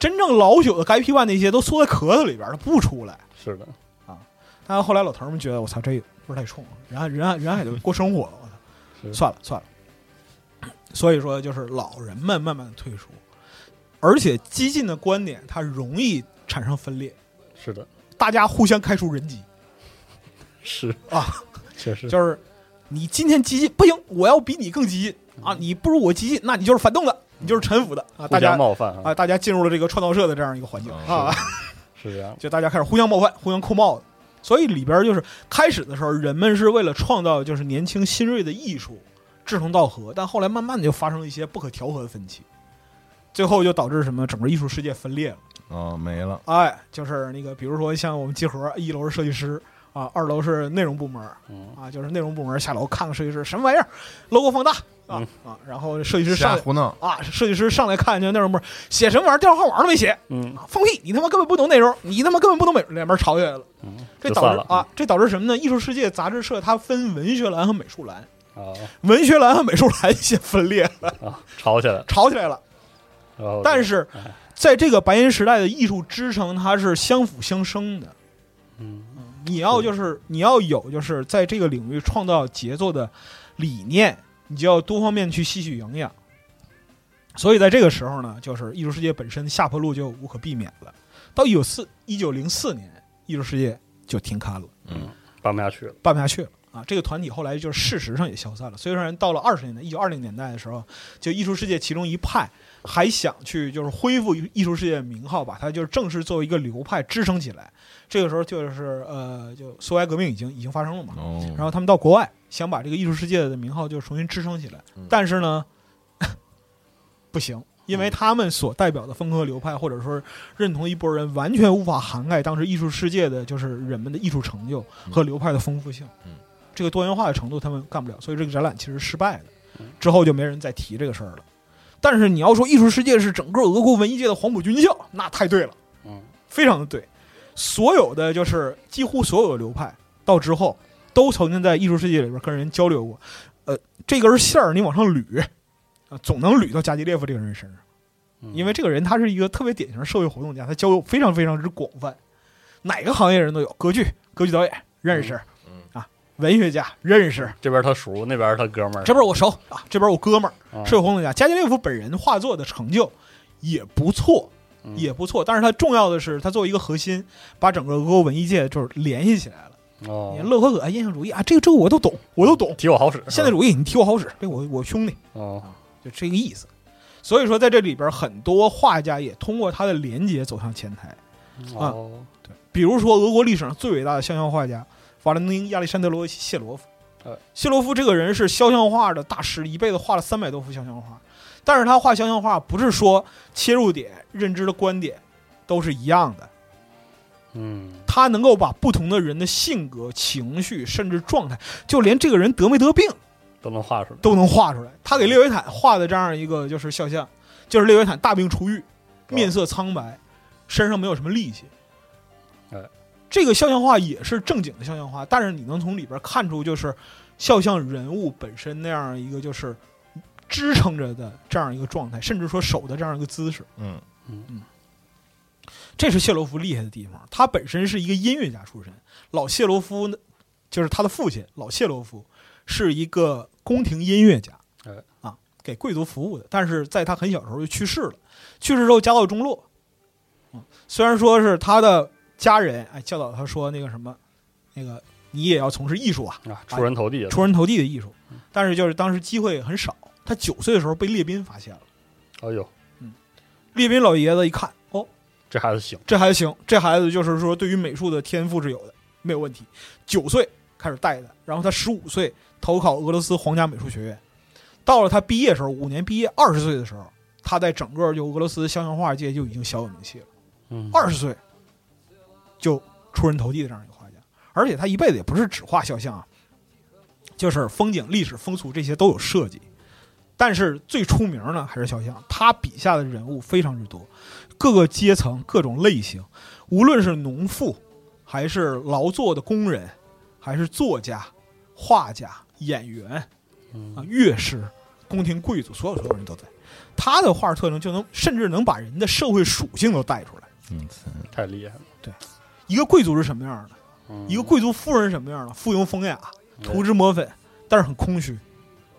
真正老朽的该批判那些都缩在壳子里边儿，他不出来。是的，但后来老头儿们觉得我操这味儿太冲了，然后人家人还得过生活了，我操，是算了算了。所以说就是老人们慢慢的退出，而且激进的观点它容易产生分裂，是的，大家互相开除人机。是啊， 确实，就是你今天激进不行，我要比你更激进啊！你不如我激进，那你就是反动的，你就是臣服的啊！互大相家冒犯啊，啊，大家进入了这个创造社的这样一个环境啊，是这样，就大家开始互相冒犯、互相扣帽子。所以里边就是开始的时候，人们是为了创造就是年轻新锐的艺术，志同道合，但后来慢慢的就发生了一些不可调和的分歧，最后就导致什么整个艺术世界分裂了。哦没了，哎，就是那个，比如说像我们集合，一楼是设计师啊，二楼是内容部门嗯啊，就是内容部门下楼看看设计师什么玩意儿，logo 放大啊嗯啊，然后设计师上瞎来胡闹，啊，设计师上来看见内容部门写什么玩意儿，电话号码都没写，啊嗯，放屁，你他妈根本不懂内容，你他妈根本不懂美，两边吵起来了，嗯这就导算致了啊，这导致什么呢？艺术世界杂志社它分文学栏和美术栏，啊文学栏和美术栏先分裂了，啊，吵起来，吵起来了。然后但是哦哎，在这个白银时代的艺术支撑，它是相辅相生的。嗯，你要是就是你要有就是在这个领域创造杰作的理念，你就要多方面去吸取营养。所以在这个时候呢，就是艺术世界本身下坡路就无可避免了。到一九四一九零四年，艺术世界就停刊了，办不下去了，办不下去了啊！这个团体后来就是事实上也消散了。虽然到了二十年代，一九二零年代的时候，就艺术世界其中一派还想去就是恢复艺术世界的名号，把它就是正式作为一个流派支撑起来。这个时候就是呃，就苏维埃革命已经已经发生了嘛，哦，然后他们到国外想把这个艺术世界的名号就重新支撑起来嗯，但是呢， 不行，因嗯为他们所代表的风格流派或者说认同一波人，完全无法涵盖当时艺术世界的就是人们的艺术成就和流派的丰富性嗯，这个多元化的程度他们干不了，所以这个展览其实失败的，之后就没人再提这个事儿了。但是你要说艺术世界是整个俄国文艺界的黄埔军校，那太对了。嗯，非常的对。所有的就是几乎所有的流派到之后，都曾经在艺术世界里边跟人交流过。呃，这根线儿你往上捋，啊，总能捋到加基列夫这个人身上，嗯因为这个人他是一个特别典型的社会活动家，他交友非常非常之广泛，哪个行业人都有，歌剧、歌剧导演认识，嗯啊，文学家，认识。这边他叔，那边他哥们儿，这边我熟啊，这边我哥们儿啊是有红作家。加西列夫本人画作的成就也不错，嗯也不错。但是他重要的是，他作为一个核心，把整个俄国文艺界就是联系起来了。哦嗯你看，乐可可、哎印象主义啊，这个这个我都懂，我都懂。提我好使。啊现代主义，你替我好使，这我我兄弟，哦，就这个意思。所以说，在这里边，很多画家也通过他的连接走向前台。啊哦，比如说，俄国历史上最伟大的肖像画家瓦伦丁·亚历山德罗维奇·谢罗夫呃。谢罗夫这个人是肖像画的大师，一辈子画了三百多幅肖像画。但是他画肖像画不是说切入点、认知的观点都是一样的，嗯，他能够把不同的人的性格、情绪，甚至状态，就连这个人得没得病都能画出来。都能画出来。他给列维坦画的这样一个就是肖像，就是列维坦大病初愈，面色苍白，身上没有什么力气哎。这个肖像画也是正经的肖像画，但是你能从里边看出，就是肖像人物本身那样一个就是支撑着的这样一个状态，甚至说手的这样一个姿势，嗯这是谢罗夫厉害的地方。他本身是一个音乐家出身，老谢罗夫呢，就是他的父亲老谢罗夫是一个宫廷音乐家哎，啊，给贵族服务的。但是在他很小时候就去世了，去世之后家道中落。嗯，虽然说是他的家人哎教导他说那个什么，那个你也要从事艺术啊，啊，出人头地了。出人头地的艺术，但是就是当时机会很少。他九岁的时候被列宾发现了，哎呦，列宾老爷子一看，哦，这孩子行。这还行，这孩子就是说对于美术的天赋是有的，没有问题。九岁开始带的，然后他十五岁投考俄罗斯皇家美术学院，到了他毕业的时候，五年毕业二十岁的时候，他在整个就俄罗斯肖像画界就已经小有名气了。嗯，二十岁就出人头地的这样一个画家，而且他一辈子也不是只画肖像啊，就是风景、历史、风俗这些都有涉及。但是最出名呢还是肖像，他笔下的人物非常之多，各个阶层、各种类型，无论是农妇，还是劳作的工人，还是作家、画家、演员嗯啊、乐师、宫廷贵族，所有所有人都在。他的画特征就能甚至能把人的社会属性都带出来。嗯，太厉害了。一个贵族是什么样的，嗯一个贵族夫人是什么样的，附庸风雅，对涂脂抹粉，但是很空虚哎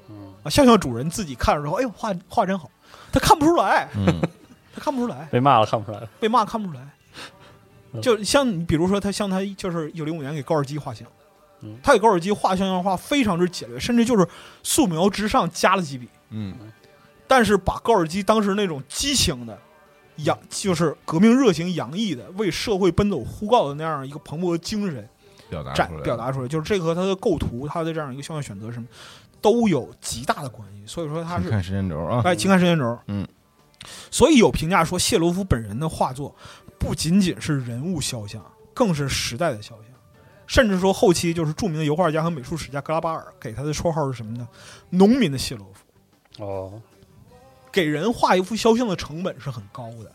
嗯啊。肖像主人自己看着说：“哎呦，画画真好。”他看不出来，嗯，他看不出来，被骂了看不出来。被骂看不出来。嗯就像你，比如说他像他就是有零五年给高尔基画像嗯，他给高尔基画肖像画非常之简略，甚至就是素描之上加了几笔，嗯，但是把高尔基当时那种激情的。洋就是革命热情洋溢的，为社会奔走呼告的那样一个蓬勃的精神，表达展啊出来，表，达出来，就是这和他的构图、他的这样一个肖像选择什么，都有极大的关系。所以说他请是看时间轴啊，哎，情感时间轴，嗯，所以有评价说谢罗夫本人的画作不仅仅是人物肖像，更是时代的肖像，甚至说后期就是著名的油画家和美术史家格拉巴尔给他的绰号是什么呢？农民的谢罗夫，哦，给人画一幅肖像的成本是很高的，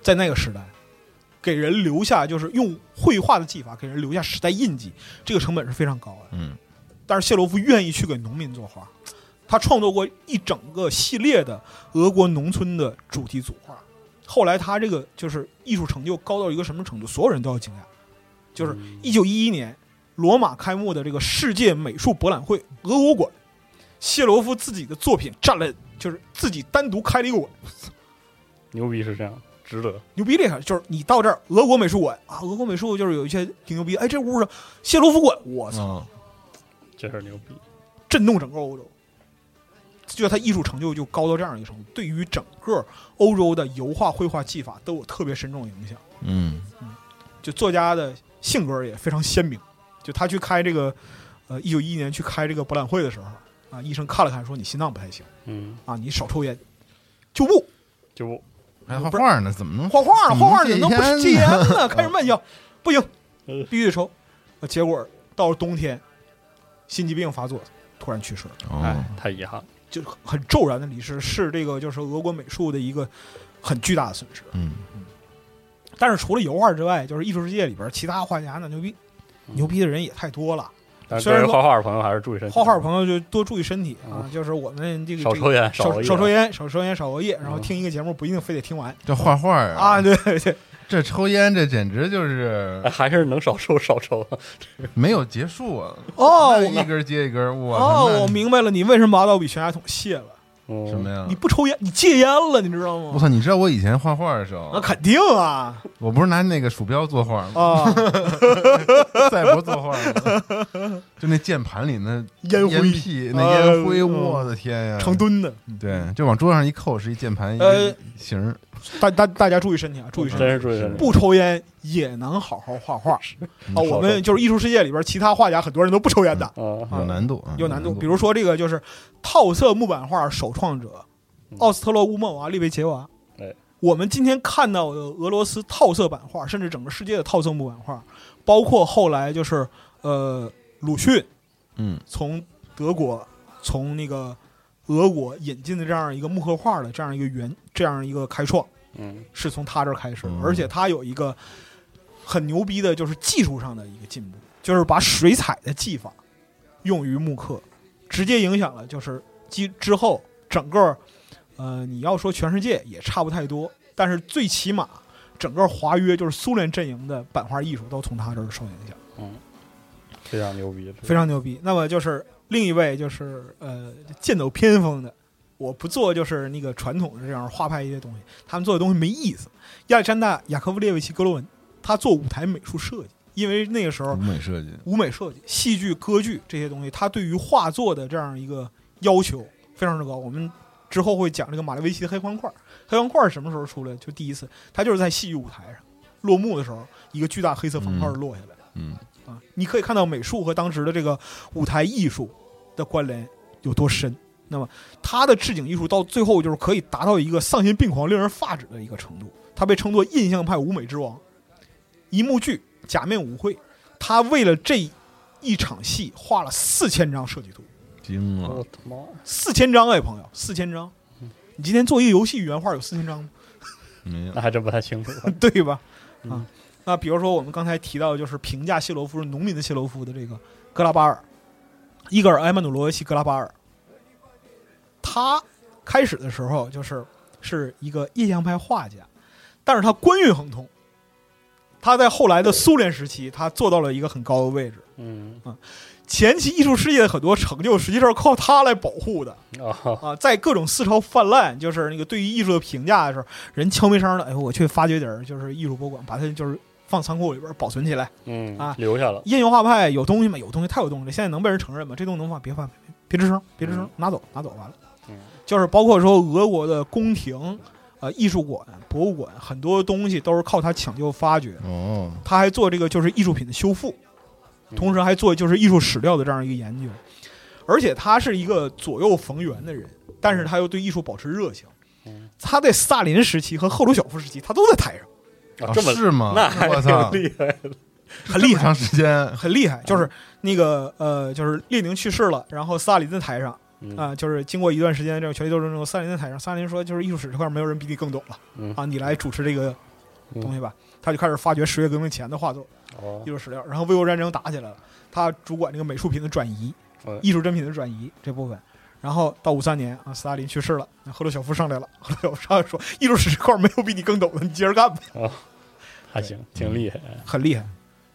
在那个时代，给人留下就是用绘画的技法给人留下时代印记，这个成本是非常高的。嗯但是谢罗夫愿意去给农民作画，他创作过一整个系列的俄国农村的主题组画。后来他这个就是艺术成就高到一个什么程度，所有人都要惊讶。就是嗯一九一一年罗马开幕的这个世界美术博览会俄国馆，谢罗夫自己的作品占了，就是自己单独开了一个馆，牛逼是这样，值得。牛逼厉害！就是你到这儿俄国美术馆啊，俄国美术就是有一些挺牛逼，哎，这屋上谢罗夫馆，我操！嗯，这事儿牛逼。震动整个欧洲。就他艺术成就就高到这样一个程度，对于整个欧洲的油画、绘画技法都有特别深重的影响。嗯就作家的性格也非常鲜明。就他去开这个，呃，一九一一年去开这个博览会的时候，啊，医生看了看说你心脏不太行嗯，啊，你少抽烟，就不就不哎还画画呢，怎么能画画了，嗯画画怎么能不是戒烟呢？开什么玩笑？不行嗯，必须得抽。啊结果到了冬天，心肌病发作，突然去世了。哎哦，，太遗憾了。就是很骤然的离世，是这个就是俄国美术的一个很巨大的损失。嗯但是除了油画之外，就是艺术世界里边其他画家呢，牛逼嗯牛逼的人也太多了。但是虽个然人说画画的朋友还是注意身体，画画朋友就多注意身体啊嗯， 就是我们这个少抽烟，这个熬夜，少抽烟，少抽烟，少熬夜，然后嗯听一个节目不一定非得听完叫画画呀 啊。对对对，这抽烟这简直就是哎， 还是能少抽少抽。啊没有结束啊！哦，那我一根接一根，我哦，我明明白了，你为什么马岛比悬崖桶卸了？嗯什么？呀你？不抽烟，你戒烟了，你知道我吗？操！你知道我以前画画的时那候，肯定啊我不是拿那个鼠标作画吗？啊！ 赛博作画吗， 就那键盘里那烟灰屁，那烟哎灰，呦我的天呀！成吨的，对，就往桌上一扣是一键盘一呃个形儿，大大大家注意身体啊，注意身体真。是注意身体。不抽烟也能好好画画啊！我们就是艺术世界里边其他画家，很多人都不抽烟的，啊，有难度啊，有难度。度。比如说这个就是套色木板画首创者嗯奥斯特洛乌莫娃利维杰娃哎。我们今天看到的俄罗斯套色版画，甚至整个世界的套色木板画，包括后来就是呃鲁迅嗯，从德国从那个俄国引进的这样一个木刻画的这样一个原这样一个开创。嗯，是从他这儿开始嗯，而且他有一个很牛逼的，就是技术上的一个进步，就是把水彩的技法用于木刻，直接影响了就是之之后整个，呃，你要说全世界也差不太多，但是最起码整个华约就是苏联阵营的版画艺术都从他这儿受影响，非常牛逼，非常牛逼。那么就是另一位就是呃剑走偏锋的。我不做就是那个传统的这样画派一些东西，他们做的东西没意思。亚历山大·雅科夫列维奇·格罗文，他做舞台美术设计，因为那个时候舞美设计，舞美设计、戏剧、歌剧这些东西，他对于画作的这样一个要求非常之高。我们之后会讲这个马列维奇的黑方块，黑方块什么时候出来？就第一次，他就是在戏剧舞台上落幕的时候，一个巨大黑色方块落下来。嗯，啊，你可以看到美术和当时的这个舞台艺术的关联有多深。那么，他的置景艺术到最后就是可以达到一个丧心病狂、令人发指的一个程度。他被称作印象派舞美之王。一幕剧《假面舞会》，他为了这一场戏画了四千张设计图，惊了我，他妈四千张哎，朋友，四千张。你今天做一个游戏原画有四千张吗？没有那还真不太清楚。 对吧？啊嗯，那比如说我们刚才提到，就是评价谢罗夫是农民的谢罗夫的这个格拉巴尔，伊戈尔·埃曼努罗维奇·格拉巴尔，他开始的时候就是是一个印象派画家，但是他官运亨通，他在后来的苏联时期，他做到了一个很高的位置。嗯前期艺术世界的很多成就，实际上是靠他来保护的啊，啊。在各种思潮泛滥，就是那个对于艺术的评价的时候，人悄没声儿的，哎呦，我去发掘点儿，就是艺术博物馆，把它就是放仓库里边儿保存起来。嗯啊留下了。印象画派有东西吗？有东西，太有东西了。现在能被人承认吗？这东西能放，别放，别别吱声，别吱声嗯，拿走，拿走，完了嗯。就是包括说俄国的宫廷、呃艺术馆、博物馆，很多东西都是靠他抢救发掘。哦，他还做这个就是艺术品的修复，嗯同时还做就是艺术史料的这样一个研究。而且他是一个左右逢源的人，但是他又对艺术保持热情嗯。他在斯大林时期和赫鲁晓夫时期，他都在台上，啊哦这么是吗？那还我操挺，厉啊害的。很厉这么害，长时间，很厉害。嗯就是那个呃，就是列宁去世了，然后斯大林在台上嗯啊、就是经过一段时间的这种权力斗争之后，斯大林在台上，斯大林说，就是艺术史这块没有人比你更懂了嗯啊，你来主持这个东西吧。他就开始发掘十月革命前的画作，哦艺，术史料，然后卫国战争打起来了，他主管这个美术品的转移嗯，艺术珍品的转移这部分。然后到五三年啊，斯大林去世了，那赫鲁晓夫上来了，赫鲁晓夫上来说，艺术史这块没有比你更懂的，你接着干吧，还行，挺厉害。很厉害。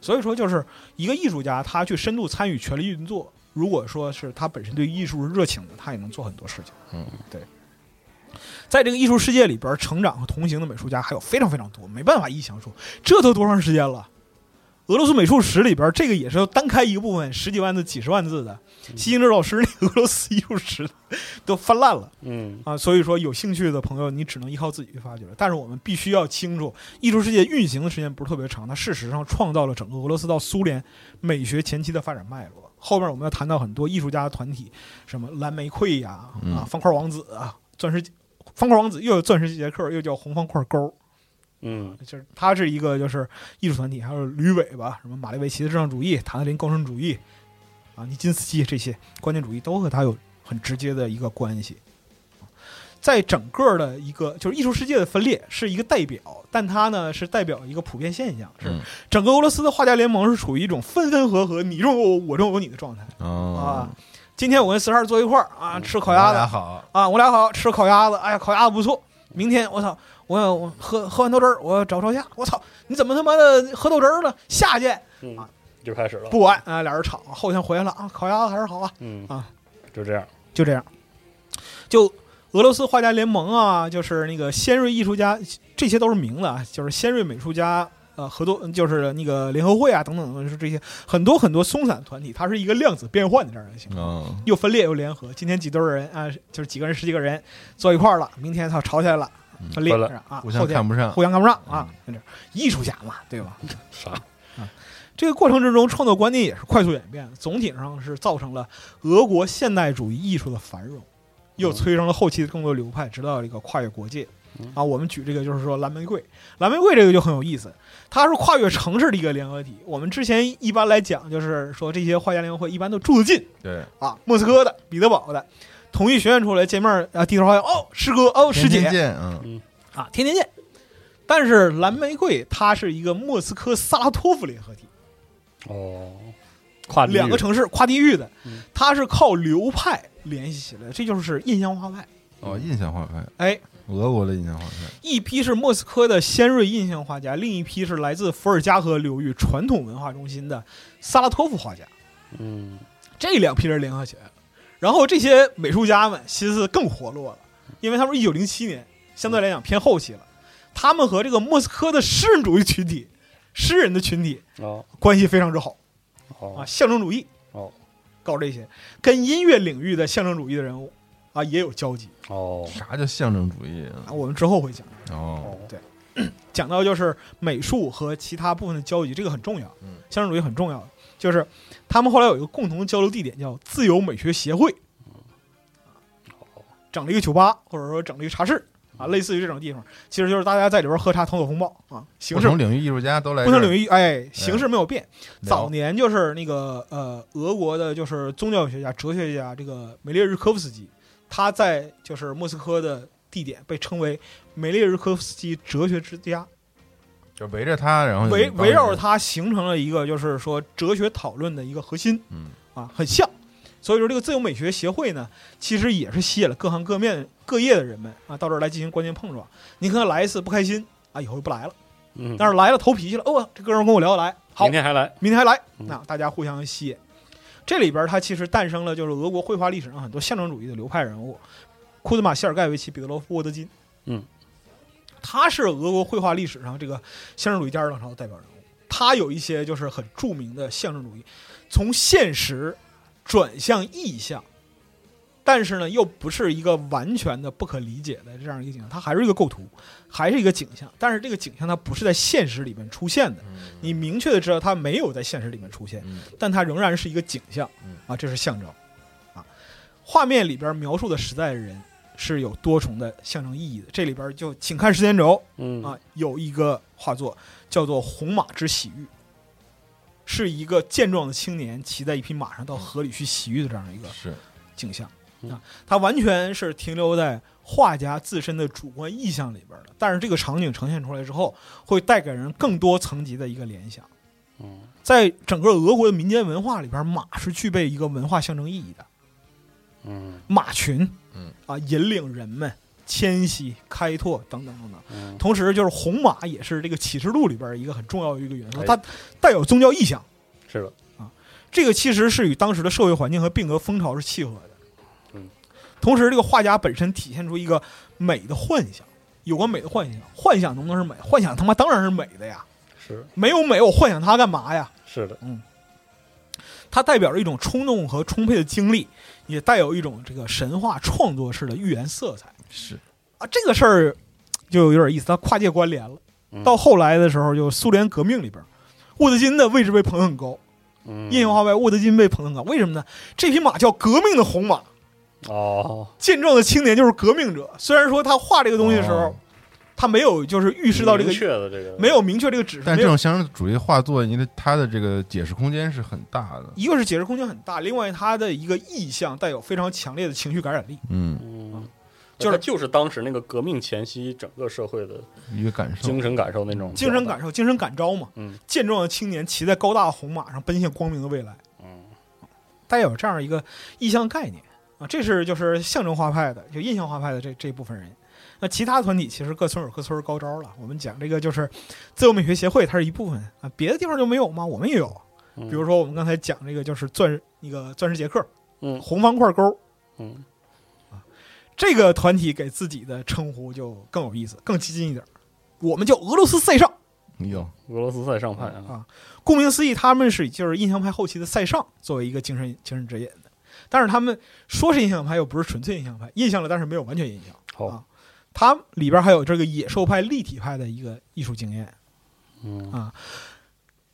所以说，就是一个艺术家，他去深度参与权力运作，如果说是他本身对艺术是热情的，他也能做很多事情。嗯，对。在这个艺术世界里边，成长和同行的美术家还有非常非常多，没办法一一详述。这都多长时间了？俄罗斯美术史里边，这个也是要单开一个部分，十几万字、几十万字的。希星哲老师那个俄罗斯艺术史都翻烂了嗯啊！所以说，有兴趣的朋友，你只能依靠自己去发掘。但是我们必须要清楚，艺术世界运行的时间不是特别长，它事实上创造了整个俄罗斯到苏联美学前期的发展脉络。后面我们要谈到很多艺术家的团体，什么蓝玫瑰呀、啊、嗯方块王子啊、钻石方块王子，又有钻石杰克，又叫红方块勾，嗯就是它是一个就是艺术团体，还有吕伟吧，什么马列维奇的至上主义、塔特林构成主义啊、尼金斯基这些观念主义都和它有很直接的一个关系。在整个的一个就是艺术世界的分裂是一个代表，但它呢是代表一个普遍现象，是嗯整个俄罗斯的画家联盟是处于一种分分合合、你中有我，我中有你的状态啊，。哦今天我跟十二坐一块儿啊，吃烤鸭咱俩的好，啊，我俩好吃烤鸭子，哎呀，烤鸭子不错。明天我操，我想我喝喝完豆汁儿，我找朝夏，我操，你怎么他妈的喝豆汁儿了？下去嗯，就开始了，啊不管啊，俩人吵，后天回来了啊，烤鸭子还是好啊，嗯啊，就这样，就这样，就俄罗斯画家联盟啊，就是那个先锐艺术家，这些都是名字啊，就是先锐美术家。呃，合作就是那个联合会啊，等等，就是这些很多很多松散团体，它是一个量子变换的这样的形式，嗯，又分裂又联合。今天几堆人啊，就是几个人、十几个人坐一块儿了，明天他吵起来了，分裂分了是吧啊，互后相天看不上，互相看不上啊，就这样艺术家嘛，对吧？啊啥？这个过程之中，创作观念也是快速演变，总体上是造成了俄国现代主义艺术的繁荣，又催生了后期的更多流派，直到一个跨越国界嗯。啊，我们举这个就是说蓝玫瑰，蓝玫瑰这个就很有意思，它是跨越城市的一个联合体。我们之前一般来讲，就是说这些画家联合会一般都住得近对，啊，莫斯科的、彼得堡的，同一学院出来见面儿啊，低头发现哦，师哥哦，师姐天天见，嗯，啊，天天见。但是蓝玫瑰它是一个莫斯科萨拉托夫联合体，哦，跨地域两个，城市跨地域的嗯，它是靠流派联系起来的，这就是印象画派。哦，印象画派，哎，俄国的印象画派，一批是莫斯科的先锐印象画家，另一批是来自伏尔加河流域传统文化中心的萨拉托夫画家，嗯，这两批人联合起来了。然后这些美术家们心思更活络了，因为他们一九零七年相对来讲偏后期了，他们和这个莫斯科的诗人主义群体、诗人的群体哦关系非常之好。啊，哦象征主义哦搞这些，跟音乐领域的象征主义的人物啊也有交集哦啥叫象征主义啊？啊。我们之后会讲哦，哦，讲到就是美术和其他部分的交集，这个很重要。嗯，象征主义很重要，就是他们后来有一个共同的交流地点叫自由美学协会，整了一个酒吧或者说整了一个茶室啊，类似于这种地方，其实就是大家在里边喝茶头脑风暴啊，形不式同领域艺术家都来不同领域域哎形式没有变。早年年就是那个呃，俄国的就是宗教学家、哲学家这个梅列日科夫斯基，他在就是莫斯科的地点被称为梅列日科夫斯基哲学之家，就围着他，嗯然后有围一帮围绕着人，他形成了一个就是说哲学讨论的一个核心嗯，啊，很像。所以说，这个自由美学协会呢，其实也是吸引了各行各面各业的人们啊，到这儿来进行观念碰撞。你可能来一次不开心啊，以后就不来了；嗯，但是来了头脾气了，哦，这哥们儿跟我聊得来，好明，天还来，明天还来，嗯那大家互相吸引。这里边它其实诞生了就是俄国绘画历史上很多象征主义的流派人物，库兹马·谢尔盖维奇·彼得罗夫沃德金，嗯，他是俄国绘画历史上这个象征主义第二浪潮的代表人物。他有一些就是很著名的象征主义，从现实转向意象，但是呢又不是一个完全的不可理解的这样一个景象，它还是一个构图，还是一个景象，但是这个景象它不是在现实里面出现的。你明确的知道它没有在现实里面出现，嗯但它仍然是一个景象嗯，啊，这是象征，啊，画面里边描述的时代的人是有多重的象征意义的。这里边就请看时间轴嗯啊，有一个画作叫做《红马之洗浴》，是一个健壮的青年骑在一匹马上到河里去洗浴的这样一个是景象嗯啊，它完全是停留在画家自身的主观意象里边的。但是这个场景呈现出来之后，会带给人更多层级的一个联想。嗯，在整个俄国的民间文化里边，马是具备一个文化象征意义的。嗯马群，嗯啊，引领人们迁徙、开拓等等等等。嗯同时，就是红马也是这个启示录里边一个很重要的一个元素，哎它带有宗教意象。是的，这个其实是与当时的社会环境和变革风潮是契合的。嗯，同时，这个画家本身体现出一个美的幻想，有关美的幻想。幻想能不能是美？幻想他妈当然是美的呀！是没有美，我幻想它干嘛呀？是的，它代表着一种冲动和充沛的精力，也带有一种这个神话创作式的寓言色彩是，啊。这个事儿就有点意思，它跨界关联了。嗯到后来的时候，就苏联革命里边，沃德金的位置被捧得很高，嗯印象画外沃德金被捧得很高。为什么呢？这匹马叫革命的红马，哦，健壮的青年就是革命者。虽然说他画这个东西的时候，哦他没有就是预示到这个明确的这个没有明确这个指示，但没这有种象征主义画作，因为它的这个解释空间是很大的，一个是解释空间很大，另外它的一个意象带有非常强烈的情绪感染力。嗯，嗯，就是它就是当时那个革命前夕整个社会的一个感受精，神感受那种精神表感受、精神感召嘛。嗯，健壮的青年骑在高大的红马上，奔向光明的未来。达，嗯带有这样一个意象概念啊，这是就是象征画派的，就印象画派的这这部分人。那其他团体其实各村有各村高招了。我们讲这个就是自由美学协会，它是一部分啊，别的地方就没有吗？我们也有。嗯比如说我们刚才讲这个就是钻那个钻石杰克，嗯红方块勾嗯这个团体给自己的称呼就更有意思，更激进一点。我们叫俄罗斯赛尚，有俄罗斯在嗯上派啊，顾名思义，他们是以就是印象派后期的塞尚作为一个精神精神指引的，但是他们说是印象派，又不是纯粹印象派，印象了，但是没有完全印象。好啊，它里边还有这个野兽派、立体派的一个艺术经验，嗯啊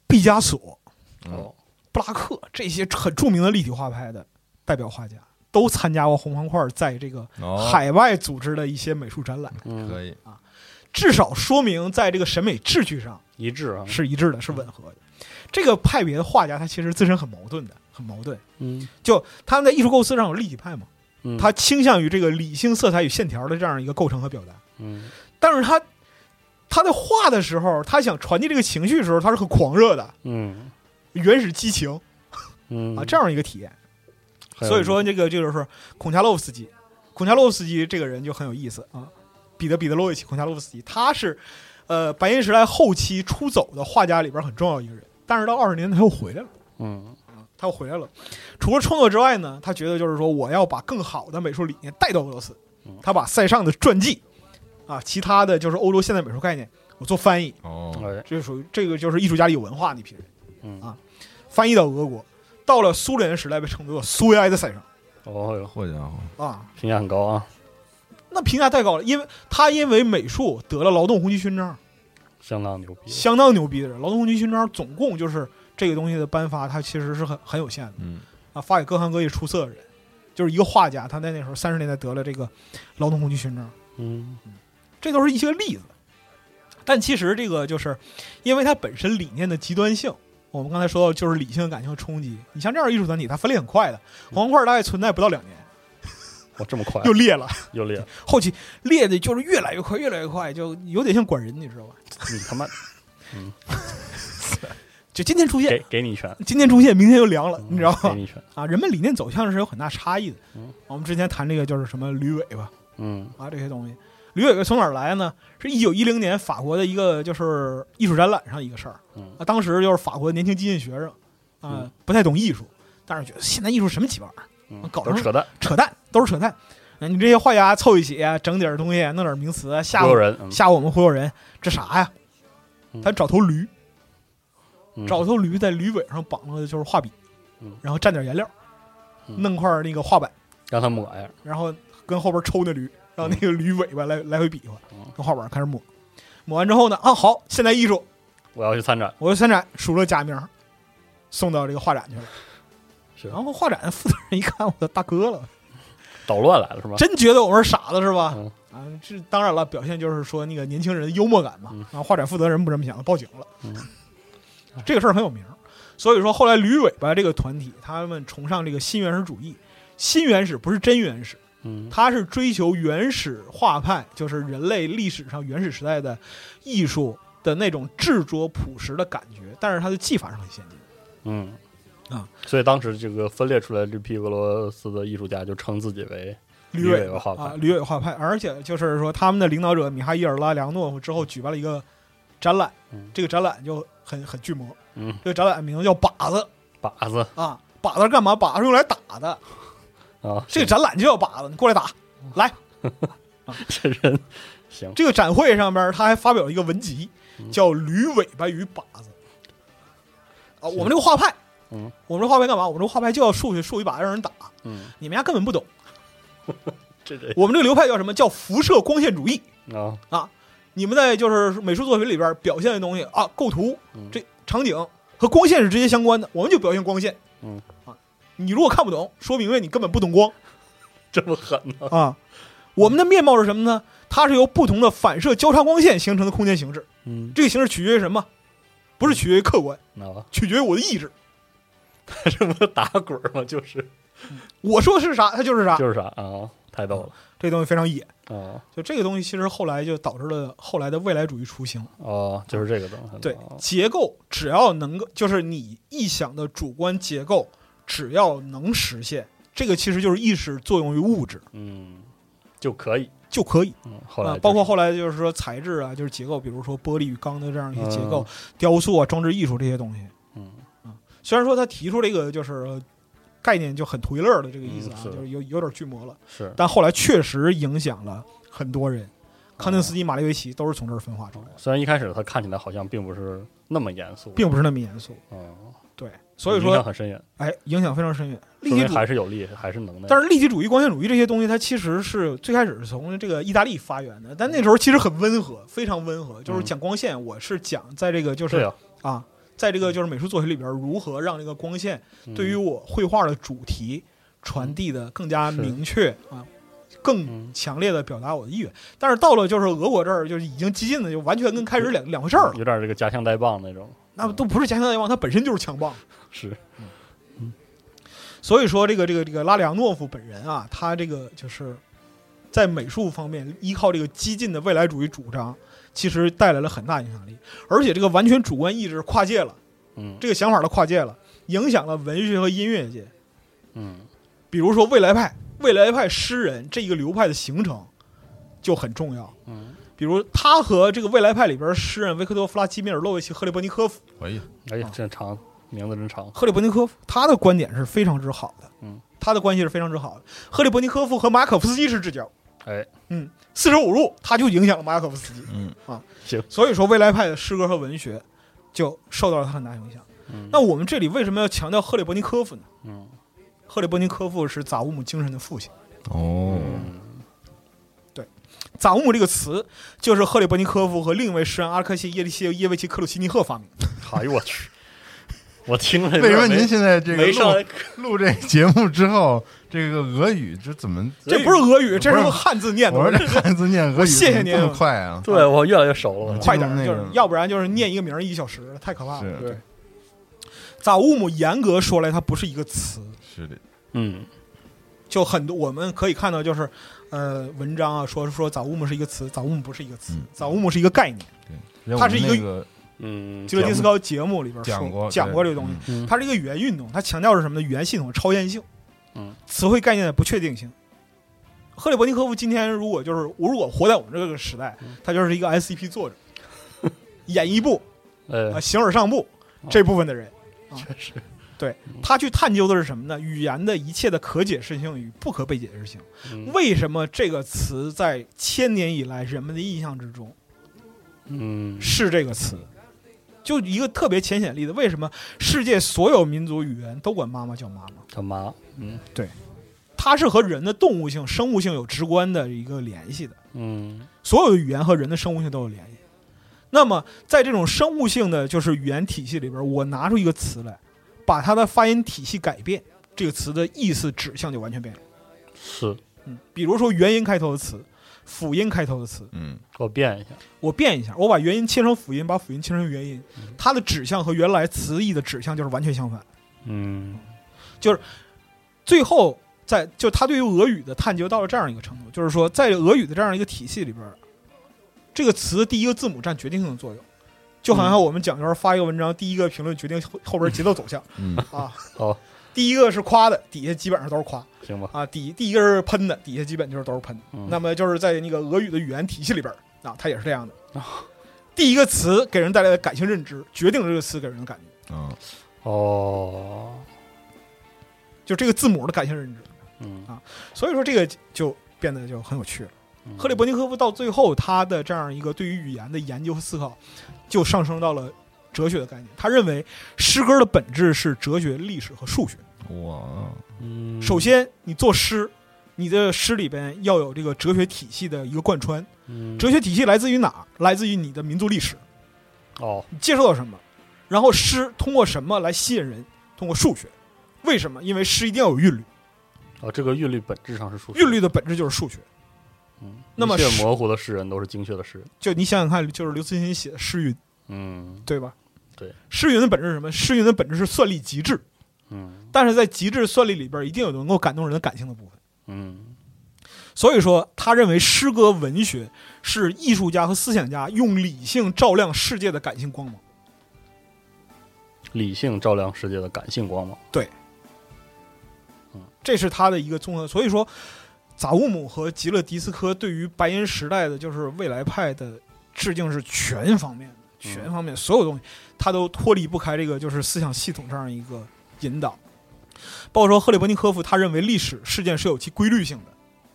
毕加索、嗯好，布拉克这些很著名的立体画派的代表画家，都参加过红方块在这个哦，海外组织的一些美术展览，嗯，可以，至少说明在这个审美秩序上一致啊，是一致的，是吻合的。这个派别的画家，他其实自身很矛盾的，很矛盾。嗯就他们在艺术构思上有立体派嘛，嗯，他倾向于这个理性色彩与线条的这样一个构成和表达，嗯但是他他在画的时候，他想传递这个情绪的时候，他是很狂热的，嗯原始激情嗯啊，这样一个体验。还有所以说，这个这就是孔恰洛夫斯基，孔恰洛夫斯基这个人就很有意思啊。彼得彼得洛维奇，孔恰洛夫斯基，他是呃白银时代后期出走的画家里边很重要一个人，但是到二十年代他又回来了。嗯他又回来了。除了创作之外呢，他觉得就是说，我要把更好的美术理念带到俄罗斯嗯。他把塞尚的传记啊，其他的就是欧洲现代美术概念，我做翻译，哦，哎这属于这个就是艺术家里有文化那批人，嗯啊翻译到俄国，到了苏联时代被称作苏维埃的塞尚哦哟，好家伙，啊，评价很高啊，那评价太高了，因为他因为美术得了劳动红旗勋章，相当牛逼，相当牛逼的人。劳动红旗勋章总共就是这个东西的颁发，它其实是很很有限的。嗯，啊，发给各行各业出色的人，就是一个画家，他在那时候三十年代得了这个劳动红旗勋章，嗯这都是一些例子。但其实这个就是，因为它本身理念的极端性，我们刚才说到就是理性的感情的冲击。你像这样的艺术团体，它分裂很快的，黄块大概存在不到两年哇，这么快就裂了， 又裂了，后期裂的就是越来越快，越来越快，就有点像管人，你知道吧？你他妈就今天出给现，给你一拳，今天出现，明天就凉了，嗯 你知道给吧？你一拳，啊，人们理念走向是有很大差异的。嗯我们之前谈这个就是什么驴尾巴，嗯啊这些东西。驴尾巴从哪儿来呢？是一九一零年法国的一个就是艺术展览上一个事儿嗯啊，当时就是法国年轻激进学生啊、嗯不太懂艺术，但是觉得现代艺术什么鸡巴玩意儿，嗯，搞都是扯淡，扯淡，都是扯淡。啊你这些画家凑一起啊、整点儿东西，弄点儿名词啊吓忽悠唬人，嗯吓唬我们忽悠人，这啥呀嗯？他找头驴，嗯找头驴在驴尾上绑了就是画笔嗯，然后蘸点颜料，嗯弄块儿那个画板。让他抹呀，然后跟后边抽那驴，让那个驴尾巴来来回比划嗯，跟画板开始抹。抹完之后呢，啊好，现代艺术，我要去参展，我就参展输了假名，送到这个画展去了。是然后画展负责人一看，我的大哥了，捣乱来了是吧？真觉得我们是傻子是吧？嗯啊，这当然了，表现就是说那个年轻人的幽默感嘛。嗯啊，画展负责人不这么想，报警了。嗯这个事儿很有名儿，所以说后来驴尾巴这个团体，他们崇尚这个新原始主义。新原始不是真原始，嗯他是追求原始画派，就是人类历史上原始时代的艺术的那种执着朴实的感觉，但是他的技法是很先进的。嗯啊，所以当时这个分裂出来这批俄罗斯的艺术家就称自己为驴驴尾尾巴画派啊，驴尾画派，而且就是说他们的领导者米哈伊尔拉良诺夫之后举办了一个展览，嗯这个展览就很很巨魔，嗯这个展览名字叫靶子靶子啊，靶子是干嘛？靶子是用来打的，啊，这个展览就叫靶子，你过来打。来，这人行，这个展会上边他还发表了一个文集，嗯叫《驴尾巴与靶子》啊，我们这个画派，嗯，我们这画派干嘛？我们这画派就要竖起竖一把让人打，嗯，你们家根本不懂。这人我们这个流派叫什么？叫辐射光线主义啊，啊！你们在就是美术作品里边表现的东西啊，构图嗯这场景和光线是直接相关的，我们就表现光线。嗯啊，你如果看不懂，说明白你根本不懂光。这么狠呢？啊，我们的面貌是什么呢？它是由不同的反射交叉光线形成的空间形式。嗯，这个形式取决于什么？不是取决于客观，啊，取决于我的意志。这不打滚儿吗？就是我说是啥，它就是啥。就是啥啊，太逗了这东西非常野。啊就这个东西，其实后来就导致了后来的未来主义雏形。哦，就是这个东西。对啊结构，只要能够，就是你臆想的主观结构，只要能实现，这个其实就是意识作用于物质嗯，就可以就可以嗯后来啊就，包括是后来就是说材质啊，就是结构，比如说玻璃与钢的这样一些结构，雕塑啊、装置艺术这些东西。嗯虽然说他提出这个就是概念就很颓乐的这个意思啊，嗯是就是有有点巨魔了，是但后来确实影响了很多人。康定斯基、马列维奇都是从这儿分化出来的，嗯虽然一开始他看起来好像并不是那么严肃，并不是那么严肃。嗯，对，所以影响说，很深远，哎，影响非常深远。立说体明主义还是有利，还是能耐。但是立体主义、光线主义这些东西，它其实是最开始是从这个意大利发源的，但那时候其实很温和，非常温和。就是讲光线，我是讲在这个就是嗯对啊，啊，在这个就是美术作品里边，如何让这个光线嗯对于我绘画的主题传递的更加是明确啊，更嗯强烈的表达我的意愿。但是到了就是俄国这儿，就是已经激进的，就完全跟开始两两回事儿了。有点这个夹枪带棒那种，那都不是强强对棒，它本身就是强棒。是所以说，这个这个这个拉里昂诺夫本人啊，他这个就是在美术方面依靠这个激进的未来主义主张，其实带来了很大影响力，而且这个完全主观意志跨界了，嗯这个想法的跨界了，影响了文学和音乐界。嗯比如说未来派，未来派诗人这一个流派的形成就很重要。嗯，比如他和这个未来派里边诗人维克多·弗拉基米尔·洛维奇·赫列伯尼科夫，哎呀，哎呀，这长名字真长，赫列伯尼科夫他的观点是非常之好的，嗯，他的关系是非常之好的。赫列伯尼科夫和马可夫斯基是至交，哎，嗯，四舍五入他就影响了马可夫斯基，嗯啊，行，所以说未来派的诗歌和文学就受到了他很大影响。嗯那我们这里为什么要强调赫列伯尼科夫呢？嗯赫列伯尼科夫是扎乌姆精神的父亲。哦，嗯“杂物”这个词就是赫列伯尼科夫和另一位诗人阿克谢耶利谢耶维奇克鲁奇尼赫发明的。哎呦我 去，我听着有点为什么没您现在这个没上来录录这节目之后，这个俄语这怎么？这不是俄语，不是这是用汉字念的。我说这汉字念俄语谢谢怎么您这么快啊！嗯对我越来越熟了，快点儿，那就个是要不然就是念一个名儿一小时了，太可怕了。是对，杂乌姆严格说来，它不是一个词，是的，嗯就很多我们可以看到，就是呃文章啊说说杂乌姆是一个词，杂乌姆不是一个词嗯，杂乌姆是一个概念。对它是一个我们那个嗯，基罗金斯高节目里边讲说过讲过这个东西，嗯它是一个元运动，它强调是什么呢？元系统、超验性，嗯，词汇概念的不确定性。赫列伯尼科夫今天如果就是我如果活在我们这个时代嗯，他就是一个 SCP 作者，演一部啊、呃，形而上部这部分的人，嗯啊确实，嗯对他去探究的是什么呢？语言的一切的可解释性与不可被解释性。嗯为什么这个词在千年以来人们的印象之中嗯是这个词？就一个特别浅显例子，为什么世界所有民族语言都管妈妈叫妈妈？他妈，嗯它是和人的动物性、生物性有直观的一个联系的，嗯所有的语言和人的生物性都有联系。那么，在这种生物性的就是语言体系里边，我拿出一个词来，把它的发音体系改变，这个词的意思指向就完全变了。是，嗯，比如说元音开头的词，辅音开头的词，嗯，给我变一下，我变一下，我把元音切成辅音，把辅音切成元音，它的指向和原来词义的指向就是完全相反。嗯最后在就他对于俄语的探究到了这样一个程度，就是说，在俄语的这样一个体系里边儿，这个词的第一个字母占决定性的作用，就好像我们讲就是发一个文章，第一个评论决定后后边节奏走向、嗯啊。好，第一个是夸的，底下基本上都是夸行吧，啊；第第一个是喷的，底下基本就是都是喷。嗯那么就是在那个俄语的语言体系里边儿啊，它也是这样的。哦第一个词给人带来的感性认知，决定了这个词给人的感觉，啊，哦，就这个字母的感性认知。嗯，所以说这个就变得就很有趣了。嗯赫列伯尼科夫到最后，他的这样一个对于语言的研究和思考，就上升到了哲学的概念。他认为诗歌的本质是哲学、历史和数学。哇，嗯首先，你做诗，你的诗里边要有这个哲学体系的一个贯穿。嗯哲学体系来自于哪儿？来自于你的民族历史，哦，你接受到什么？然后诗通过什么来吸引人？通过数学。为什么？因为诗一定要有韵律，哦，这个韵律本质上是数学韵律，的本质就是数学。嗯那么一切是模糊的诗人都是精确的诗人，就你想想看，就是刘慈欣写的《诗云》，嗯对吧？对，诗云的本质是什么？诗云的本质是算力极致，嗯但是在极致算力里边，一定有能够感动人的感性的部分。嗯所以说，他认为诗歌文学是艺术家和思想家用理性照亮世界的感性光芒。理性照亮世界的感性光芒，这是他的一个综合。所以说，杂物姆和极乐迪斯科对于白银时代的就是未来派的致敬是全方面的，嗯全方面所有东西，它都脱离不开这个就是思想系统上一个引导。包括说赫里伯尼科夫，他认为历史事件是有其规律性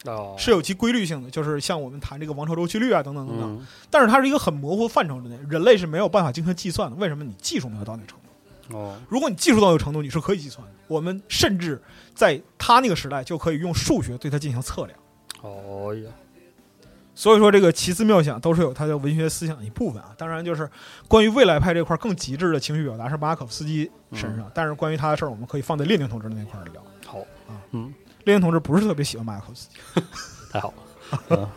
的，哦，是有其规律性的，就是像我们谈这个王朝周期率啊等等等等。嗯但是它是一个很模糊范畴之内，人类是没有办法精确计算的。为什么你技术没有到那个程度？哦，如果你技术到那个程度，你是可以计算的。我们甚至在他那个时代就可以用数学对它进行测量。哦呀，所以说，这个奇思妙想都是有他的文学思想一部分啊。当然，就是关于未来派这块儿更极致的情绪表达是马可夫斯基身上，但是关于他的事儿，我们可以放在列宁同志那块儿聊。好啊，嗯，列宁同志不是特别喜欢马可夫斯基，太好了，嗯，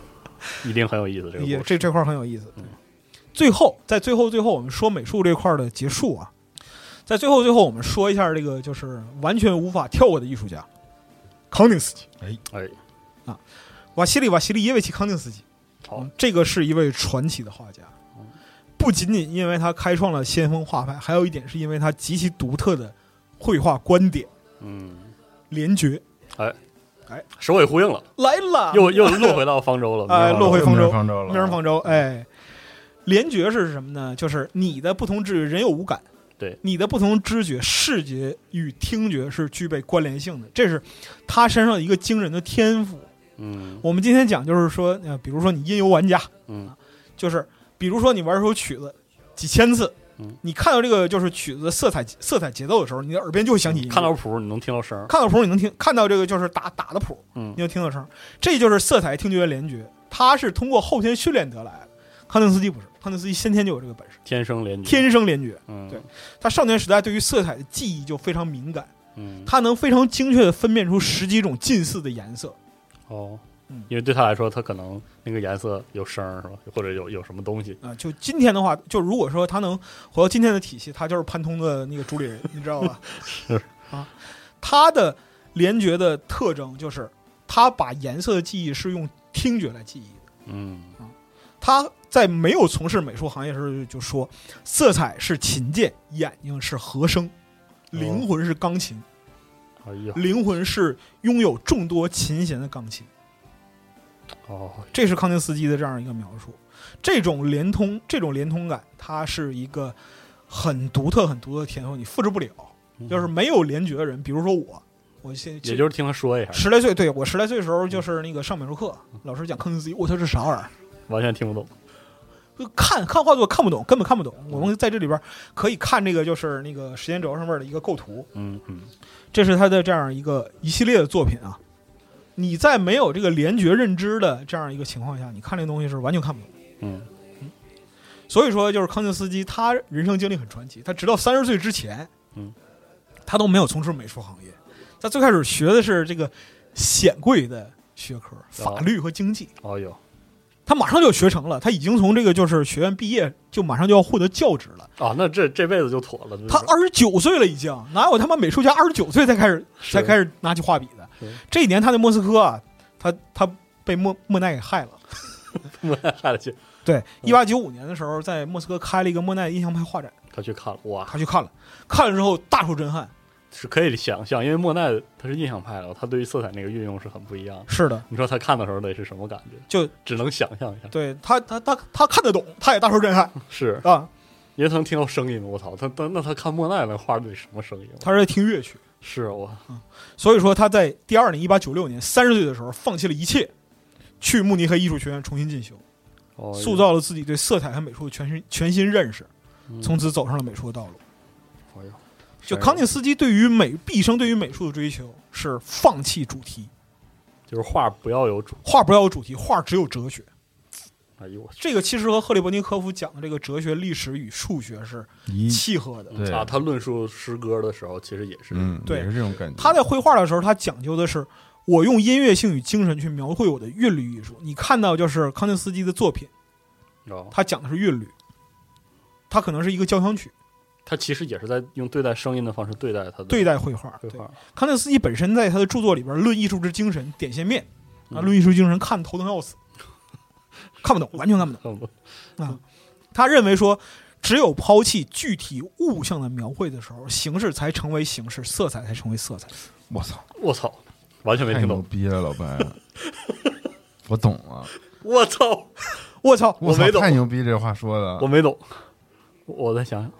一定很有意思这个也故事，这这块儿很有意思。嗯对最后，在最后最后，我们说美术这块儿的结束啊，在最后最后，我们说一下这个就是完全无法跳过的艺术家康定斯基，啊哎，瓦西里瓦西里耶维奇康定斯基。好嗯嗯，这个是一位传奇的画家，不仅仅因为他开创了先锋画派，还有一点是因为他极其独特的绘画观点嗯，联觉首尾呼应了，来了，又又落回到方舟了，哎明白了啊嗯落回方舟又方舟了，名人方舟，哎，联觉是什么呢？就是你的不同知觉，人有五感，对，你的不同知觉、视觉与听觉是具备关联性的，这是他身上一个惊人的天赋。嗯我们今天讲就是说，呃，比如说你音游玩家，嗯就是比如说你玩一首曲子几千次嗯，你看到这个就是曲子色彩色彩节奏的时候，你的耳边就会响起音乐。看到谱你能听到声儿，看到谱，你能听看到这个就是打打的谱，嗯你就听到声儿。这就是色彩听觉联觉，它是通过后天训练得来的。康定斯基不是，康定斯基先天就有这个本事，天生连结，天生联觉。嗯对他少年时代对于色彩的记忆就非常敏感，嗯他能非常精确地分辨出十几种近似的颜色。哦嗯。因为对他来说，他可能那个颜色有声儿是吧，或者有有什么东西，啊，就今天的话，就如果说他能回到今天的体系，他就是潘通的那个主理人，你知道吧？ 是啊，他的联觉的特征就是他把颜色的记忆是用听觉来记忆的。嗯他在没有从事美术行业的时候就说，色彩是琴键，眼睛是和声，哦灵魂是钢琴，哎呀，灵魂是拥有众多琴弦的钢琴。哦，这是康定斯基的这样一个描述。这种连通，这种连通感，它是一个很独特、很独特的天赋，你复制不了。就是没有联觉的人，比如说我，我现嗯也就是嗯听他说一下，十来岁，对我十来岁的时候，就是那个上美术课，老师讲康定斯基，我操，这啥玩意儿？完全听不懂。就看看画作看不懂，根本看不懂。我们在这里边可以看这个，就是那个时间轴上面的一个构图，嗯嗯，这是他的这样一个一系列的作品啊。你在没有这个联觉认知的这样一个情况下，你看这个东西是完全看不懂。嗯，所以说，就是康定斯基，他人生经历很传奇。他直到三十岁之前，嗯，他都没有从事美术行业。他最开始学的是这个显贵的学科，法律和经济。哦呦，他马上就学成了，他已经从这个就是学院毕业，就马上就要获得教职了。啊，那这这辈子就妥了。他二十九岁了，已经哪有他妈美术家二十九岁才开始是才开始拿起画笔的是？这一年他在莫斯科啊，他他被莫莫奈给害了。二害了去，对，一八九五年的时候，在莫斯科开了一个莫奈印象派画展。他去看了，哇，他去看了，看了之后大受震撼。是可以想象，因为莫奈他是印象派的，他对于色彩那个运用是很不一样的。是的，你说他看的时候得是什么感觉？就只能想象一下，对他，他他他看得懂，他也大受 震撼是啊。因为他能听到声音，我操，他他那他看莫奈那画得什么声音？他是在听乐曲，是我，所以说他在第二年，一八九六年，三十岁的时候，放弃了一切，去慕尼黑艺术学院重新进修，哦呦塑，造了自己对色彩和美术的全新全新认识，嗯从此走上了美术的道路。哎呦就哎呦康定斯基对于美毕生对于美术的追求是放弃主题，就是画不要有主，画不要有主题，画只有哲学。哎呦我去，这个其实和赫里伯尼科夫讲的这个哲学、历史与数学是一契合的。对啊，他论述诗歌的时候其实也是，嗯，对也是这种感觉。他在绘画的时候，他讲究的是我用音乐性与精神去描绘我的韵律艺术。你看到就是康定斯基的作品，哦，他讲的是韵律，他可能是一个交响曲他其实也是在用对待声音的方式对待他的对待绘画。绘对画，康定斯基本身在他的著作里边，《论艺术之精神》《点线面》啊，《嗯论艺术精神》看头疼要死，看不懂，完全看不懂。恨不得他认为说，只有抛弃具体物象的描绘的时候，形式才成为形式，色彩才成为色彩。我操，我操，完全没太听牛懂。逼了，老 白，我懂了，我操，我操，我我操没，懂太牛逼这话说我的，没懂。我再想想，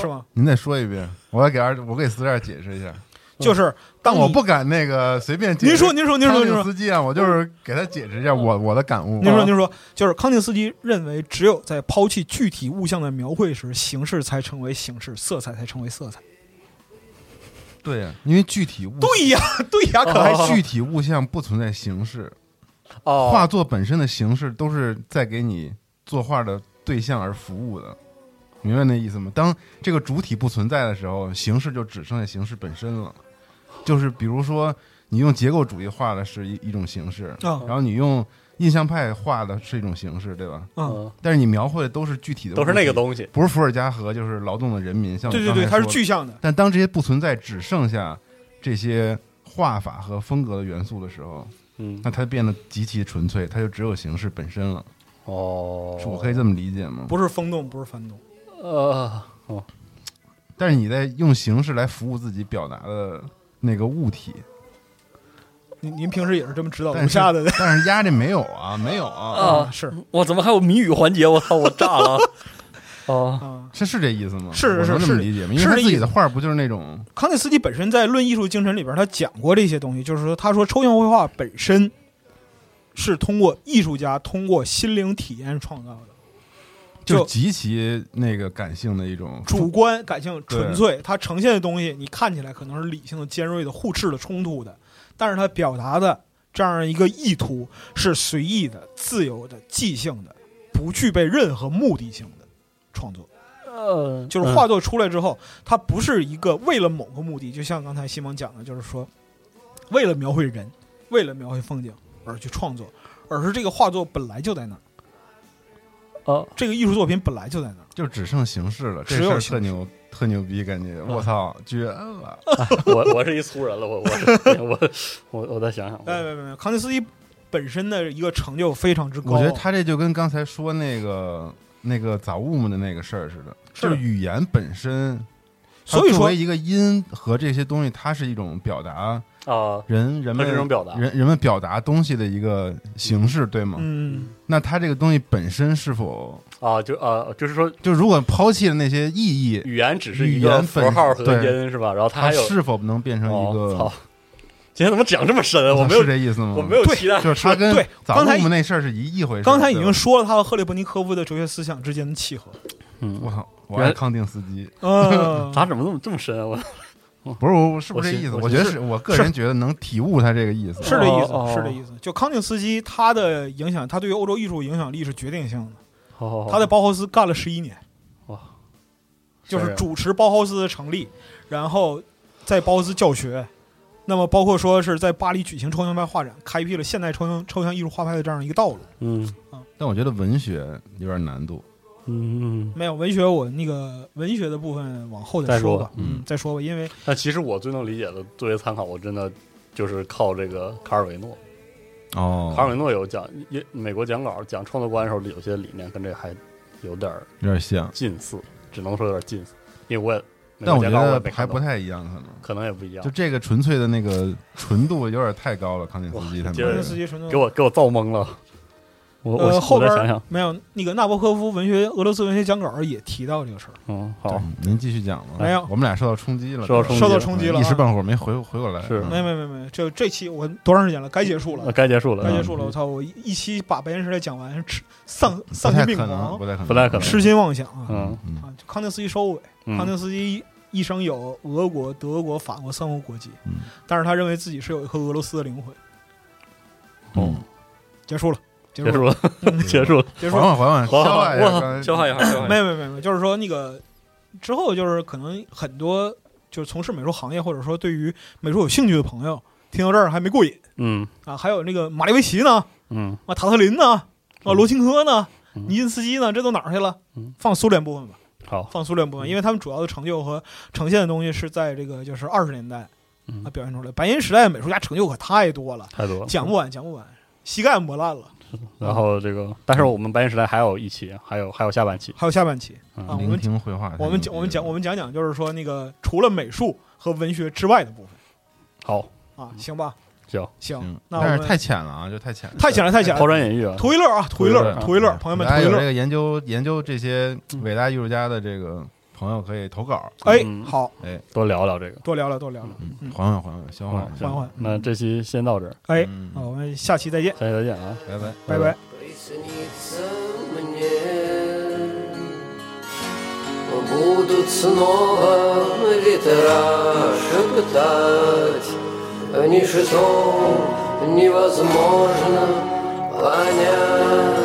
是吗？您再说一遍，我要给二，我给四十二解释一下，就是当但我你不敢那个随便解释。您说您说您说康您定说司机啊，我就是给他解释一下我我的感悟。您说，啊您说，就是康定斯基认为，只有在抛弃具体物象的描绘时，形式才成为形式，色彩才成为色彩。对呀，因为具体物对呀，对呀，可可还还具体物象不存在形式，哦，画作本身的形式都是在给你作画的对象而服务的，明白那意思吗？当这个主体不存在的时候，形式就只剩下形式本身了。就是比如说，你用结构主义画的是一一种形式，哦啊然后你用印象派画的是一种形式，对吧？啊，嗯，但是你描绘的都是具体的，都是那个，东西。不是伏尔加河就是劳动的人民，像我对对对，刚才它是说的具象的。但当这些不存在，只剩下这些画法和风格的元素的时候，嗯，那它变得极其纯粹，它就只有形式本身了。哦是，我可以这么理解吗？不是风动，不是翻动，呃，哦，但是你在用形式来服务自己表达的那个物体，您您平时也是这么指导但楼是下的但是 压这没有啊，没有啊，啊？啊是我怎么还有谜语环节？我操，我炸了！哦，啊，是是这意思吗？是是我能这么是理解吗？是因为他这自意己思的画不就是那种康定斯基本身在《论艺术精神》里边，他讲过这些东西，就是说，他说抽象绘画本身是通过艺术家通过心灵体验创造的。就就是极其那个感性的一种主观、感性、对纯粹，它呈现的东西，你看起来可能是理性的、尖锐的、互斥的、冲突的，但是它表达的这样一个意图是随意的、自由的、即兴的，不具备任何目的性的创作。呃，嗯就是画作出来之后，它不是一个为了某个目的，就像刚才西蒙讲的，就是说，为了描绘人，为了描绘风景而去创作，而是这个画作本来就在那儿，哦，这个艺术作品本来就在那儿。就只剩形式了，只这事有儿形嗯特牛特牛逼，感觉我操绝了！我我是一粗人了，我我是我我我再哦想想，哎，没没没，康定斯基本身的一个成就非常之高。哦我觉得他这就跟刚才说那个那个杂物们的那个事儿似的，是就是语言本身，它所以作说为一个音和这些东西，它是一种表达啊，人人它们是一种表达人人们表达东西的一个形式，对吗？嗯，那它这个东西本身是否啊，就啊，就是说就如果抛弃了那些意义，语言只是语一言个本符号和对音是吧？然后它它还有是否能变成一哦，个？操，今天怎么讲这么深？我没有是，这意思吗？我没有对期待。就是它跟对杂刚才物们那事儿是一一回事儿。嗯刚才已对吧经说了他和赫列伯尼科夫的哲学思想之间的契 合。我嗯，操，我爱康定斯基，嗯，咱怎么这么这么深啊？我不是我是不是这我意思？我我觉得是是我个人觉得能体悟他这个意思。是这意思，哦哦是这意思。就康定斯基他的影响，他对于欧洲艺术影响力是决定性的。好好好，他在包豪斯干了十一年，哇，就是主持包豪斯的成立，然后在包豪斯教学。那么，包括说是在巴黎举行抽象派画展，开辟了现代抽象抽象艺术画派的这样一个道路。嗯但我觉得文学有点难度。嗯嗯，没有文学，我那个文学的部分往后再说说吧，嗯，再说吧，因为但其实我最能理解的，作为参考，我真的就是靠这个卡尔维诺。卡尔哦，维诺有讲，也美国讲稿讲创作观的时候，有些理念跟这还有点儿有点像，近似，只能说有点近似，因为我也美但国我觉讲稿我也没得还看不懂，太一样，可能可能也不一样就，这个纯粹的那个纯度有点太高了。康定斯基他哇们接着这康个定斯基纯粹给我给我造懵了。我我呃，后我边再儿想想，没有那个纳博科夫文学俄罗斯文学讲稿也提到这个事儿，嗯，好，对您继续讲吧。没有我们俩受到冲击了，嗯受到冲击受到冲击了啊一时半会儿没回回过来。是嗯没没没没，这这期我多长时间了？该结束呃了，该结束了，该结嗯束了！我操，我一一期把白银时代讲完，吃丧不丧太心病可能，狂不，太可能，啊不太可能痴心妄想啊！嗯嗯啊，就康定斯基收尾，康嗯定斯基一生有俄国、德国、法国三国国籍嗯，但是他认为自己是有一颗俄罗斯的灵魂。嗯，结束了，结嗯结束束了，了， 结束了，结束缓了。缓缓缓，好好消好化一下我刚才，嗯消化一下，消化一没下，有没有没有，就是说那个之后就是可能很多就是从事美术行业或者说对于美术有兴趣的朋友，听到这儿还没过瘾嗯啊，还有那个马列维奇呢，嗯啊塔特林呢，啊罗钦科呢，嗯尼金斯基呢，这都哪儿去了嗯？放苏联部分吧，好，放苏联部分，因为他们主要的成就和呈现的东西是在这个就是二十年代嗯啊表现出来。白银时代的美术家成就可太多了，太多了，讲不完讲不完，膝盖磨烂了，然后这个，但是我们白银时代还有一期，还有还有下半期，还有下半期。啊嗯我聆们听绘画，我们讲，我们讲，我们讲讲，就是说那个除了美术和文学之外的部分。好，啊，行吧，行，行嗯，那但我是们太浅了啊，就太浅了。太浅了，太浅抛了，砖引玉啊，图一乐啊，图一乐，图图一一乐，朋友们大图家一有这乐，个研究研究这些伟大艺术家的这个朋友可以投稿，哎，嗯好多聊聊这个。多聊聊，多聊聊，嗯缓缓缓缓，消化嗯一是下缓。缓，那这期先到这儿，哎，嗯好，我们下期再见，下期再见啊！拜拜。拜拜。 Присніться мені, будуть снова ветра шептать, ни шестом невозможно понять.